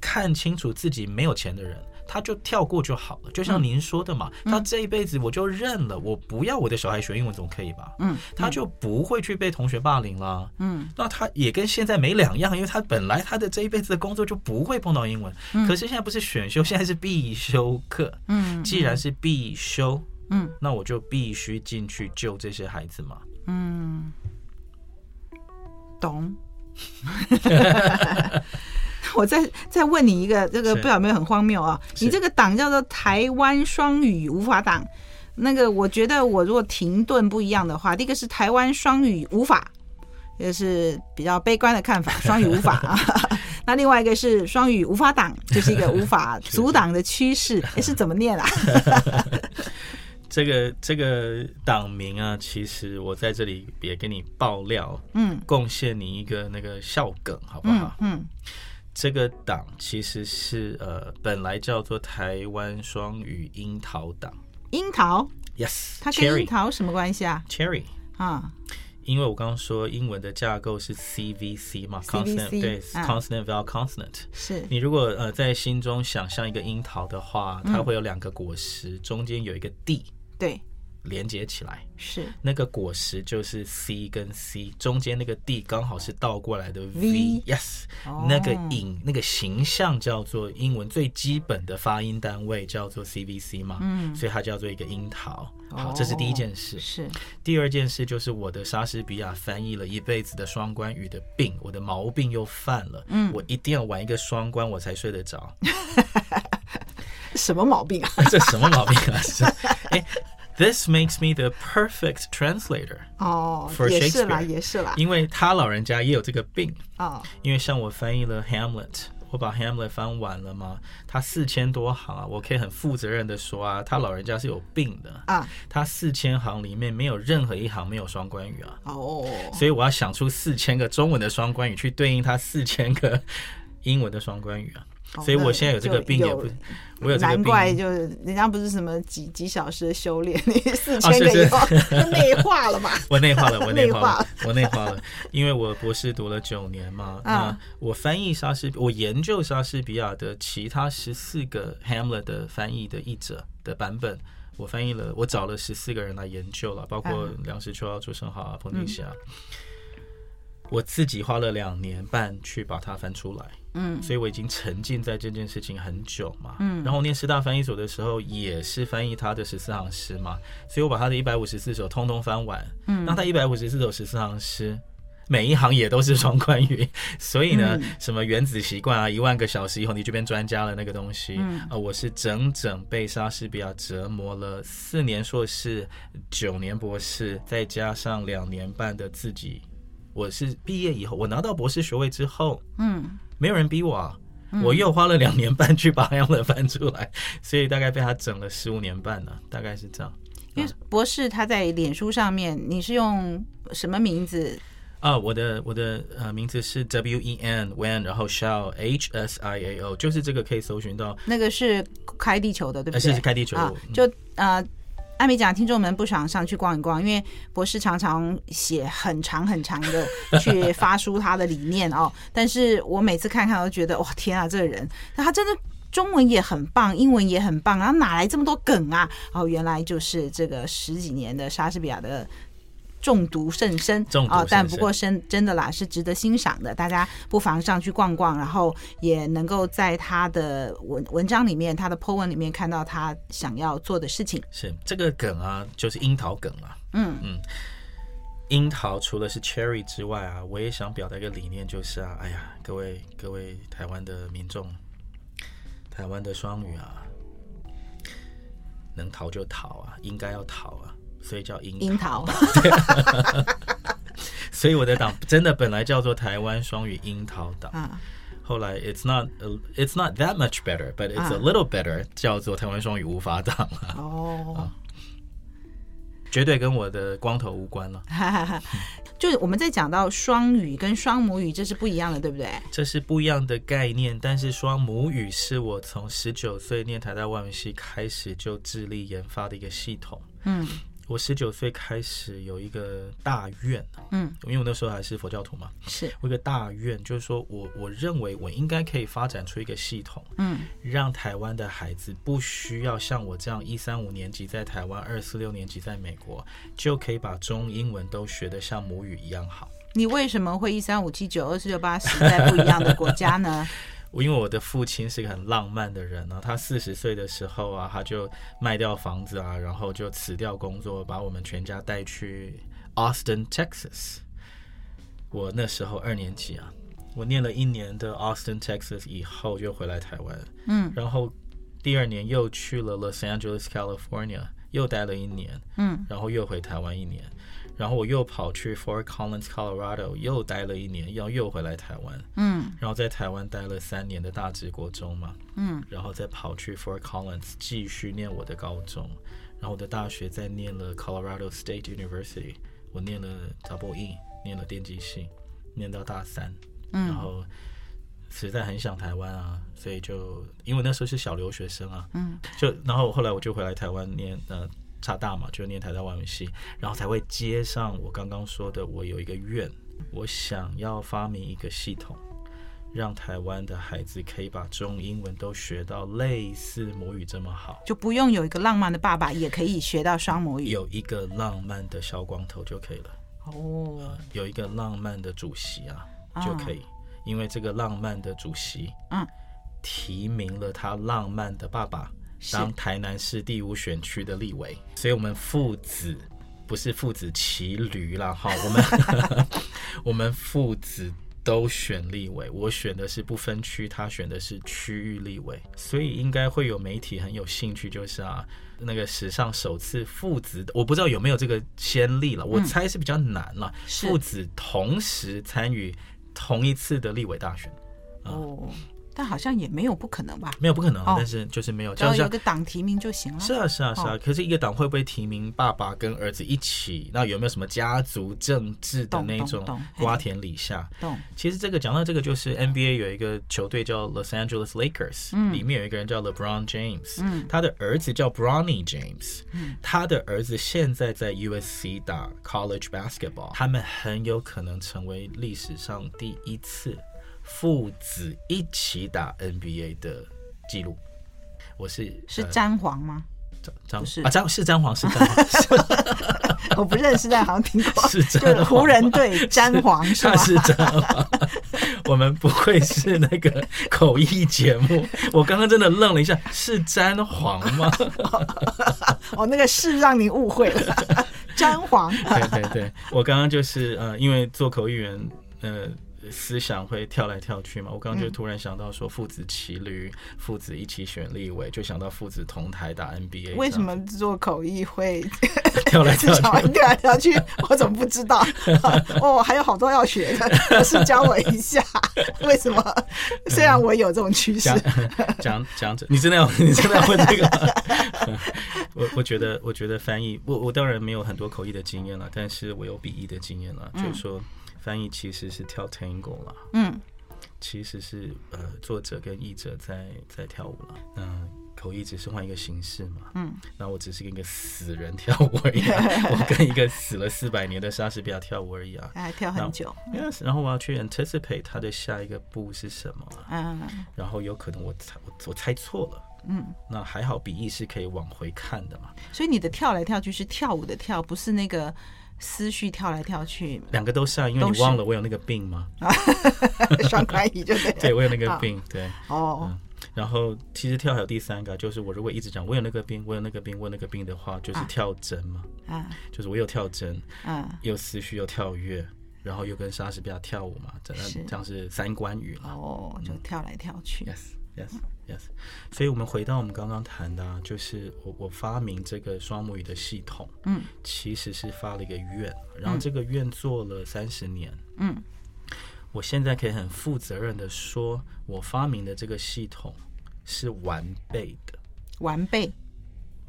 S2: 看清楚自己没有钱的人。他就跳过就好了，就
S1: 嗯
S2: 像您说的嘛，他这一辈子我就认了，我不要我的小孩学英文总可以吧？
S1: 嗯，
S2: 他就不会去被同学霸凌啦。
S1: 嗯
S2: 那他也跟现在没两样，因为他本来他的这一辈子的工作就不会碰到英文，可是现在不是选修，现在是必修课。
S1: 嗯
S2: 既然是必修，
S1: 嗯，
S2: 那我就必须进去救这些孩子嘛。
S1: 嗯， 懂。 我再再问你一个，这个
S2: 是
S1: 不知道有没有很荒谬啊？
S2: 是
S1: 你这个党叫做台湾双语无法党，那个我觉得我如果停顿不一样的话，第一个是台湾双语无法，也是比较悲观的 看法，双语无法啊。那另外一个是双语无法党，就是一个无法阻挡的趋势， 诶是怎么念啊？
S2: 这个这个党名啊，其实我在这里也给你爆料，
S1: 嗯，
S2: 贡献你一个那个笑梗，好不好？
S1: 嗯
S2: 这个党其实是呃，本来叫做台湾双语樱桃党
S1: 樱桃，
S2: ，yes，
S1: 它跟樱
S2: cherry
S1: 桃什么关系啊？
S2: cherry。
S1: 啊，
S2: 因为我刚刚说英文的架构是 CVC 嘛
S1: CVC
S2: ，consonant 对、
S1: 啊
S2: consonant vowel consonant。
S1: 是，
S2: 你如果呃在心中想象一个樱桃的话，
S1: 嗯
S2: 它会有两个果实，中间有一个 D
S1: 对，
S2: 连接起来，
S1: 是。
S2: 那个果实就是 C 跟 C，中间那个 D 刚好是倒过来的
S1: V
S2: V，yes，、
S1: 哦
S2: 那个影那个形象叫做英文最基本的发音单位叫做 CVC 嘛，
S1: 嗯
S2: 所以它叫做一个樱桃。好，
S1: 哦
S2: 这是第一件事。
S1: 是，
S2: 第二件事就是我的莎士比亚翻译了一辈子的双关语的病，我的毛病又犯了。嗯，我一定要玩一个双关，我才睡得着。
S1: 什么毛病啊？
S2: 这什么毛病啊？ 是哎，This makes me the perfect translator，
S1: 哦
S2: For，
S1: 也是啦，
S2: Shakespeare
S1: 也是啦，
S2: 因为他老人家也有这个病。
S1: 哦，
S2: 因为像我翻译了 Hamlet，我把 Hamlet 翻完了吗？他四千多行啊，我可以很负责任的说啊，他老人家是有病的
S1: 啊，
S2: 他四千行里面没有任何一行没有双关语啊，
S1: 哦，
S2: 所以我要想出四千个中文的双关语去对应他四千个英文的双关语啊。
S1: 哦
S2: 所以我现在有这个病，
S1: 那
S2: 也
S1: 就
S2: 不
S1: 有，
S2: 我有这个
S1: 难怪
S2: 病，
S1: 就是人家不是什么几几小时的修 炼，你四千
S2: 啊是
S1: 个
S2: 是
S1: 以后就内化 了嘛。
S2: 我内化了，我内
S1: 内化
S2: 化了，我内化了，因为我博士读了九年嘛，那我翻译莎士，我研究莎士比亚的其他十四个 Hamlet 的翻译的译者的版本，我翻译了，我找了十四个人来研究了，包括梁实秋啊、朱生豪啊、彭定霞。我自己花了两年半去把它翻出来，
S1: 嗯，
S2: 所以我已经沉浸在这件事情很久嘛，嗯，然后我念师大翻译所的时候也是翻译他的十四行诗嘛，所以我把他的一百五十四首通通翻完，嗯，那他一百五十四首十四行诗，每一行也都是双关语，所以呢，什么原子习惯啊，一万个小时以后你就变专家了那个东西，啊、我是整整被莎士比亚折磨了四年硕士、九年博士，再加上两年半的自己。我是毕业以后，我拿到博士学位之后，
S1: 嗯，
S2: 没有人逼我、啊，我又花了两年半去把 Hamlet 翻出来，所以大概被他整了十五年半了，大概是这样。
S1: 因为博士他在脸书上面，你是用什么名字？
S2: 啊，我的我的呃名字是 W E N Wen，然后 Shao H S I A O，就是这个可以搜寻到，
S1: 那个是开地球的，对不
S2: 呃，
S1: 对？
S2: 是开地球，
S1: 啊
S2: 嗯，
S1: 就呃。艾米讲，听众们不想上去逛一逛，因为博士常常写很长很长的去发出他的理念哦。 但是我每次看看，我都觉得哇，天啊，这个人，那他真的中文也很棒，英文也很棒，然后哪来这么多梗啊？哦，原来就是这个十几年的莎士比亚的。中毒甚深
S2: 中毒
S1: 啊、
S2: 甚
S1: 但
S2: 深
S1: 不过深真的啦，是值得欣赏的。大家不妨上去逛逛，然后也能够在他的文文章里面、他的 po 文里面看到他想要做的事情。
S2: 是这个梗啊，就是樱桃梗啊。
S1: 嗯
S2: 嗯，樱桃除了是 cherry 之外啊，我也想表达一个理念，就是啊，哎呀，各位各位台湾的民众，台湾的双语啊，能逃就逃啊，应该要逃啊，所以叫樱桃。
S1: 樱 桃，
S2: 所以我的党真的本来叫做台湾双语樱桃党。
S1: 啊
S2: 后来 it's not it's not that much better, but it's a
S1: 啊
S2: little better，、叫做台湾双语无法党了，
S1: 哦，
S2: 绝对跟我的光头无关了。
S1: 哈哈
S2: 啊
S1: 哈。 就是我们在讲到双语跟双母语，这是不一样的，对不对？
S2: 这是不一样的概念，但是双母语是我从十九岁念台大外语系开始就致力研发的一个系统。
S1: 嗯
S2: 我十九岁开始有一个大愿，
S1: 嗯，
S2: 因为我那时候还是佛教徒嘛，
S1: 是，
S2: 我有一个大愿就是说我我认为我应该可以发展出一个系统，
S1: 嗯
S2: 让台湾的孩子不需要像我这样一三五年级在台湾，二四六年级在美国，就可以把中英文都学得像母语一样好。
S1: 你为什么会一三五七九二四六八十在不一样的国家 呢？
S2: 我因为我的父亲是个很浪漫的人呢、啊他四十岁的时候啊，他就卖掉房子啊，然后就辞掉工作，把我们全家带去 Austin, Texas。我那时候二年级啊，我念了一年的 Austin, Texas 以后就回来台湾，
S1: 嗯，
S2: 然后第二年又去了 Los Angeles, California，又待了一年，
S1: 嗯，
S2: 然后又回台湾一年，然后我又跑去 Fort Collins, Colorado，又待了一年，然后又回来台湾，
S1: 嗯
S2: 然后在台湾待了三年的大直国中嘛，
S1: 嗯，
S2: 然后再跑去 Fort Collins 继续念我的高中，然后我的大学再念了 Colorado State University，我念了 Double E，念了电机系，念到大三，
S1: 嗯
S2: 然后实在很想台湾啊，所以就因为那时候是小留学生啊，
S1: 嗯，
S2: 就然后后来我就回来台湾念呃。差大嘛，就念台大外文系，然后才会接上我刚刚说的，我有一个愿，我想要发明一个系统，让台湾的孩子可以把中英文都学到类似母语这么好。
S1: 就不用有一个浪漫的爸爸，也可以学到双母语。
S2: 有一个浪漫的小光头就可以了，
S1: 哦，
S2: 有一个浪漫的主席啊
S1: 啊
S2: 就可以，因为这个浪漫的主席，
S1: 嗯，
S2: 提名了他浪漫的爸爸
S1: 是
S2: 当台南市第五选区的立委，所以我们父子不是父子骑驴 啦哈，我们我们父子都选立委，我选的是不分区，他选的是区域立委，所以应该会有媒体很有兴趣，就是啊，那个史上首次父子，我不知道有没有这个先例了，我猜是比较难了，
S1: 嗯是
S2: 父子同时参与同一次的立委大选。
S1: 哦，但好像也没有不可能吧？
S2: 没有不可能，
S1: 哦
S2: 啊但是就是没有，
S1: 只
S2: 就
S1: 要
S2: 像
S1: 有个党提名就行了。
S2: 是啊，是啊，是啊。
S1: 哦
S2: 可是一个党会不会提名爸爸跟儿子一起？那有没有什么家族政治的
S1: 懂
S2: 那
S1: 懂
S2: 种
S1: 懂嘿
S2: 瓜田李下？
S1: 懂
S2: 其实这个讲到这个，就是 NBA 有一个球队叫 Los Angeles Lakers，、里
S1: 嗯
S2: 面有一个人叫 LeBron James，、他的儿子叫 Bronny James，、他
S1: 嗯
S2: 的儿子现在在 USC 打 college basketball，他们很有可能成为历史上第一次父子一起打 NBA 的记录。我是
S1: 是
S2: 呃
S1: 詹皇吗？
S2: 张张
S1: 不是
S2: 啊，张是詹皇，是詹皇，
S1: 我不认识，但好像听过，
S2: 是
S1: 就
S2: 詹
S1: 是
S2: 皇
S1: 湖人队詹皇 是吧
S2: 他？ 是詹皇。我们不愧是那个口译节目，我刚刚真的愣了一下，是詹皇吗？
S1: 哦，那个是让你误会 了，詹皇。
S2: 对对对，我刚刚就是呃，因为做口译员，呃。思想会跳来跳去嘛？我
S1: 嗯
S2: 刚刚就突然想到说，父子骑驴，父子一起选立委，就想到父子同台打 NBA。
S1: 为什么做口译会
S2: 跳来
S1: 至
S2: 跳
S1: 少
S2: 去？
S1: 跳来跳去？我怎么不知道？ 哦，还有好多要学的，老师教我一下。为什么？虽然我有这种趋势，
S2: 讲讲讲者，你真的要你真的要问这个吗？我我觉得我觉得翻译，我我当然没有很多口译的经验了，但是我有笔译的经验了，就是说翻译其实是跳 tango 啦，
S1: 嗯，
S2: 其实是呃作者跟译者在在跳舞了，那口译只是换一个形式嘛，
S1: 嗯，
S2: 那我只是跟一个死人跳舞而已、啊，我跟一个死了四百年的莎士比亚跳舞而已啊。
S1: 还哎跳很久。
S2: Yes，然后我要去 anticipate 他的下一个步是什么啊、
S1: 嗯
S2: 然后有可能我猜我我猜错了。
S1: 嗯，
S2: 那还好，笔译是可以往回看的嘛，
S1: 所以你的跳来跳去是跳舞的跳，不是那个思绪跳来跳 去，
S2: 两个都是啊，因为
S1: 都
S2: 你
S1: 是
S2: 忘了我有那个病嘛，
S1: 双关语就对了。
S2: 对我有那个病，对。
S1: 哦，
S2: 然后其实跳还有第三个，啊就是我如果一直讲我有那个病，我有那个病，我有那个病的话，就是
S1: 啊
S2: 跳针嘛，
S1: 嗯
S2: 就是我又跳针，
S1: 嗯，
S2: 又思绪又跳跃，然后又跟莎士比亚跳舞嘛，这
S1: 是
S2: 这样是三关语了。
S1: 哦，就跳来跳去。
S2: Yes, yes,
S1: 嗯
S2: yes。所以，我们回到我们刚刚谈的、啊，就是我我发明这个双母语的系统，
S1: 嗯，
S2: 其实是发了一个愿，然后这个愿做了三十年，
S1: 嗯，
S2: 我现在可以很负责任的说，我发明的这个系统是完备的
S1: 完备。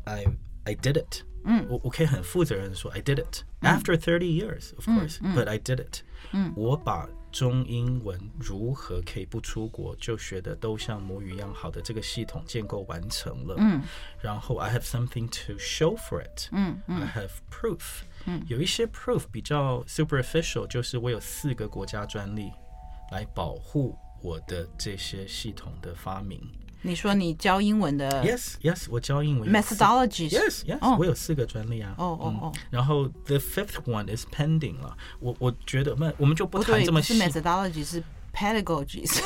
S2: ，I I did it。
S1: 嗯，
S2: 我我可以很负责任的说，I did it after thirty years, of course,、but I did it。
S1: Mm, 嗯，
S2: 我把中英文如何可以不出国就学的都像母语一样好的这个系统建构完成了。
S1: 嗯，
S2: 然后 I have something to show for it。
S1: 嗯
S2: I have 呃 proof。嗯，有一些 proof 比较 superficial，就是我有四个国家专利来保护我的这些系统的发明。
S1: 你说你教英文的
S2: Yes, yes，我教英文有四
S1: 呃 methodology 是
S2: Yes, yes，、
S1: 哦
S2: 我有四个专利啊。
S1: 哦哦
S2: 嗯
S1: 哦
S2: 然后 the fifth one is pending 了。我我觉得，那我们就不
S1: 不
S2: 谈
S1: 对，
S2: 这么
S1: 不
S2: 细
S1: 是。methodology 是 pedagogy 是。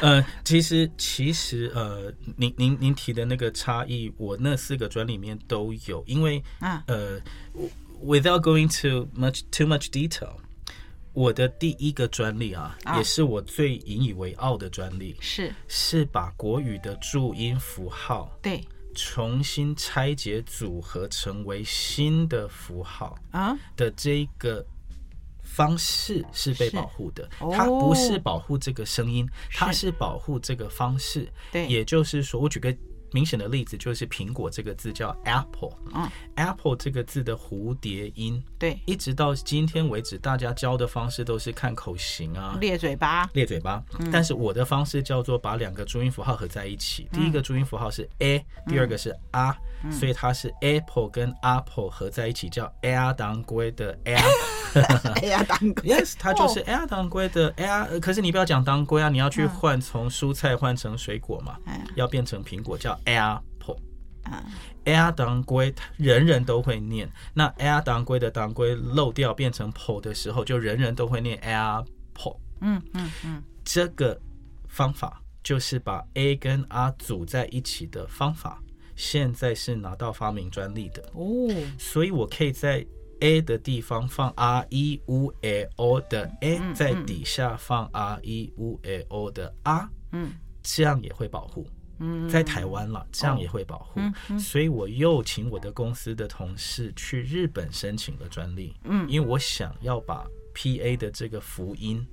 S2: 呃，其实其实呃，您您您提的那个差异，我那四个专利里面都有，因为
S1: 啊
S2: 呃我，without going to much too much detail。我的第一个专利啊，
S1: 啊
S2: 也是我最引以为傲的专利，
S1: 是
S2: 是把国语的注音符号
S1: 对
S2: 重新拆解组合成为新的符号
S1: 啊，
S2: 的这一个方式是被保护的，
S1: 哦
S2: 它不是保护这个声音，它
S1: 是
S2: 是保护这个方式。
S1: 对
S2: 也就是说，我举个明显的例子，就是苹果这个字叫 apple，
S1: 嗯
S2: apple 这个字的蝴蝶音，
S1: 对，
S2: 一直到今天为止，大家教的方式都是看口型啊，
S1: 咧嘴 巴
S2: 咧嘴巴，但是我的方式叫做把两个注音符号合在一起。第一个注音符号是 a，第二个是 a，所以它是 apple 跟 apple 合在一起叫 a 当归的 a。
S1: 哎呀，当归
S2: Yes，它就是 a 当归的 a。可是你不要讲当归啊，你要去换从蔬菜换成水果嘛
S1: 嗯，
S2: 要变成苹果叫 apple。
S1: 啊，
S2: a 当归，人人都会念。那 a 当归的当归漏掉变成 po 的时候，就人人都会念 apple。
S1: 嗯嗯嗯，
S2: 这个方法就是把 A 跟 R 组在一起的方法，现在是拿到发明专利的，
S1: 哦，
S2: 所以我可以在 A 的地方放 R E U A O 的 A，、在底下放 R E U A O 的 R，
S1: 嗯
S2: 这样也会保护。
S1: 嗯
S2: 在台湾了，这样也会保护，所以我又请我的公司的同事去日本申请了专利，
S1: 嗯
S2: 因为我想要把 P A 的这个辅音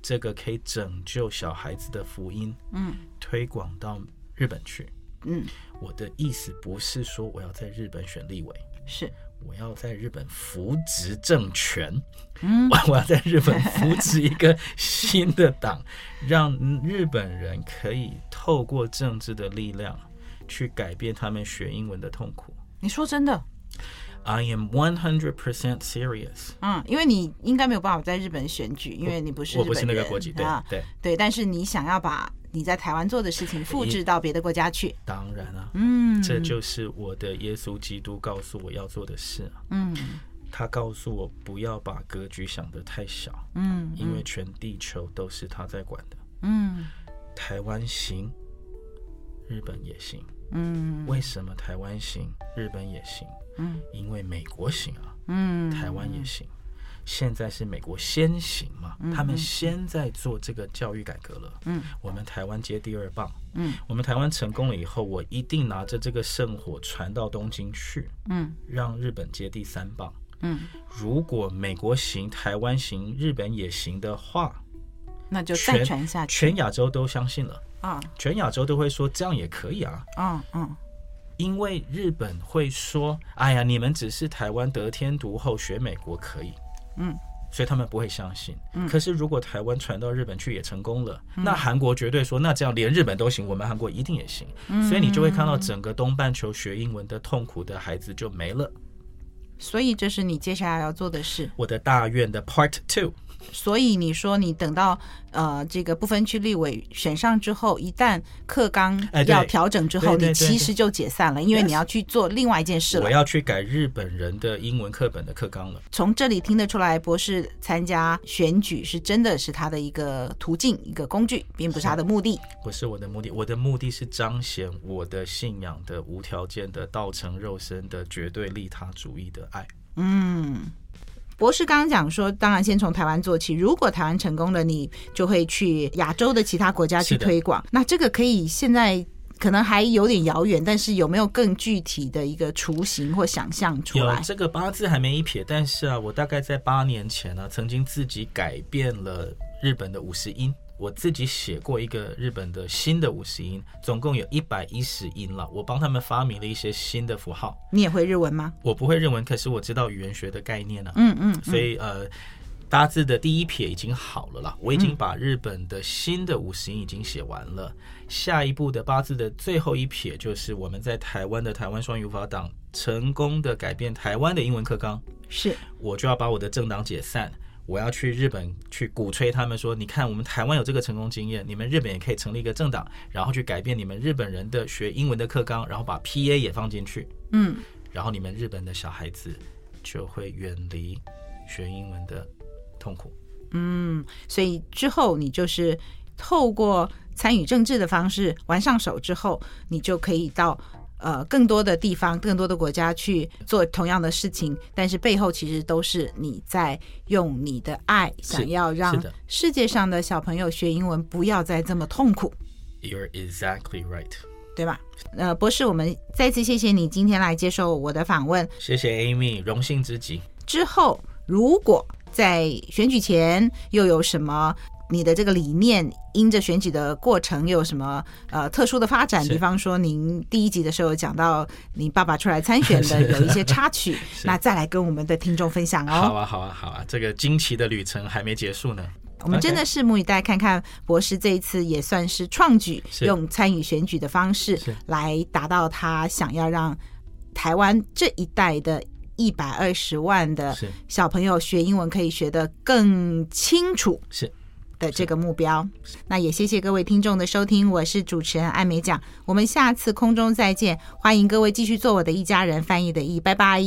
S2: 这个可以拯救小孩子的福音，嗯，推广到日本去。
S1: 嗯，
S2: 我的意思不是说我要在日本选立委，
S1: 是
S2: 我要在日本扶植政权，嗯，我 要在日本扶植一个新的党，让日本人可以透过政治的力量去改变他们学英文的痛苦。
S1: 你说真的，
S2: I am one hundred percent serious。
S1: 嗯，因为你应该没有办法在日本选举，因为你不是
S2: 我不是
S1: 日本
S2: 那个
S1: 人
S2: 国籍，对
S1: 啊，
S2: 对，
S1: 对，但是你想要把你在台湾做的事情复制到别的国家去，
S2: 当然啊，
S1: 嗯
S2: 这就是我的耶稣基督告诉我要做的事啊。
S1: 嗯
S2: 他告诉我不要把格局想得太小，
S1: 嗯
S2: 因为全地球都是他在管的。
S1: 嗯
S2: 台湾行，日本也行。
S1: 嗯
S2: 为什么台湾行，日本也行？
S1: 嗯，
S2: 因为美国行啊，
S1: 嗯，
S2: 台湾也行。现在是美国先行嘛，他们先在做这个教育改革了。
S1: 嗯，
S2: 我们台湾接第二棒。
S1: 嗯，
S2: 我们台湾成功了以后，我一定拿着这个圣火传到东京去，
S1: 嗯
S2: 让日本接第三棒。
S1: 嗯，
S2: 如果美国行、台湾行、日本也行的话，
S1: 那就再
S2: 全
S1: 传下去
S2: 全亚洲都相信了，
S1: 啊
S2: 全亚洲都会说这样也可以啊。
S1: 啊嗯
S2: 因为日本会说：“哎呀，你们只是台湾得天独厚，学美国可以。”
S1: 嗯，
S2: 所以他们不会相信。可是如果台湾传到日本去也成功了，那韩国绝对说：“那这样连日本都行，我们韩国一定也行。所以你就会看到整个东半球学英文的痛苦的孩子就没了。
S1: 所以这是你接下来要做的事。
S2: 我的大院的 Part Two，
S1: 所以你说你等到呃这个不分区立委选上之后，一旦课纲
S2: 哎对
S1: 要调整之后，
S2: 对对
S1: 你
S2: 对
S1: 其实就解散了，因为你要去做另外一件事了
S2: 我。要去改日本人的英文课本的课纲了。
S1: 从这里听得出来，博士参加选举是真的是他的一个途径、一个工具，并不是他的目的。
S2: 不是我的目的，我的目的是彰显我的信仰的无条件的道成肉身的绝对利他主义的爱。
S1: 博士刚刚讲说，当然先从台湾做起。如果台湾成功了，你就会去亚洲的其他国家去
S2: 是的
S1: 推广。那这个可以现在可能还有点遥远，但是有没有更具体的一个雏形或想象出
S2: 有
S1: 来？
S2: 这个八字还没一撇，但是啊，我大概在八年前呢、曾经自己改变了日本的五十音。我自己写过一个日本的新的五十音，总共有一百一十音了。我帮他们发明了一些新的符号。
S1: 你也会日文吗？
S2: 我不会日文，可是我知道语言学的概念啊。
S1: 嗯嗯，
S2: 所以呃，大致的第一撇已经好了啦，我已经把日本的新的五十音已经写完了，下一步的八字的最后一撇就是我们在台湾的台湾双语法党成功的改变台湾的英文课纲，
S1: 是
S2: 我就要把我的政党解散。我要去日本去鼓吹他们说，你看我们台湾有这个成功经验，你们日本也可以成立一个政党，然后去改变你们日本人的学英文的课纲，然后把 P A 也放进去。
S1: 嗯，
S2: 然后你们日本的小孩子就会远离学英文的痛苦。
S1: 所以之后你就是透过参与政治的方式玩上手之后，你就可以到呃更多的地方、更多的国家去做同样的事情，但是背后其实都是你在用你的爱，
S2: 是
S1: 想要让
S2: 是的
S1: 世界上的小朋友学英文不要再这么痛苦。
S2: You're exactly right。
S1: 对吧？呃，博士，我们再次谢谢你今天来接受我的访问。
S2: 谢谢 Amy，荣幸之极。
S1: 之后，如果在选举前又有什么你的这个理念，因着选举的过程又有什么呃特殊的发展？
S2: 是
S1: 比方说，您第一集的时候有讲到你爸爸出来参选 的有一些插曲，那再来跟我们的听众分享
S2: 好
S1: 哦。
S2: 啊，好啊，好啊，这个惊奇的旅程还没结束呢。
S1: 我们真的拭目以待，看看博士这一次也算是创举，
S2: 是
S1: 用参与选举的方式
S2: 是
S1: 来达到他想要让台湾这一代的一百二十万的
S2: 是
S1: 小朋友学英文可以学得更清楚
S2: 是，
S1: 的这个目标。那也谢谢各位听众的收听，我是主持人艾美奖，我们下次空中再见，欢迎各位继续做我的一家人翻译的译，拜拜。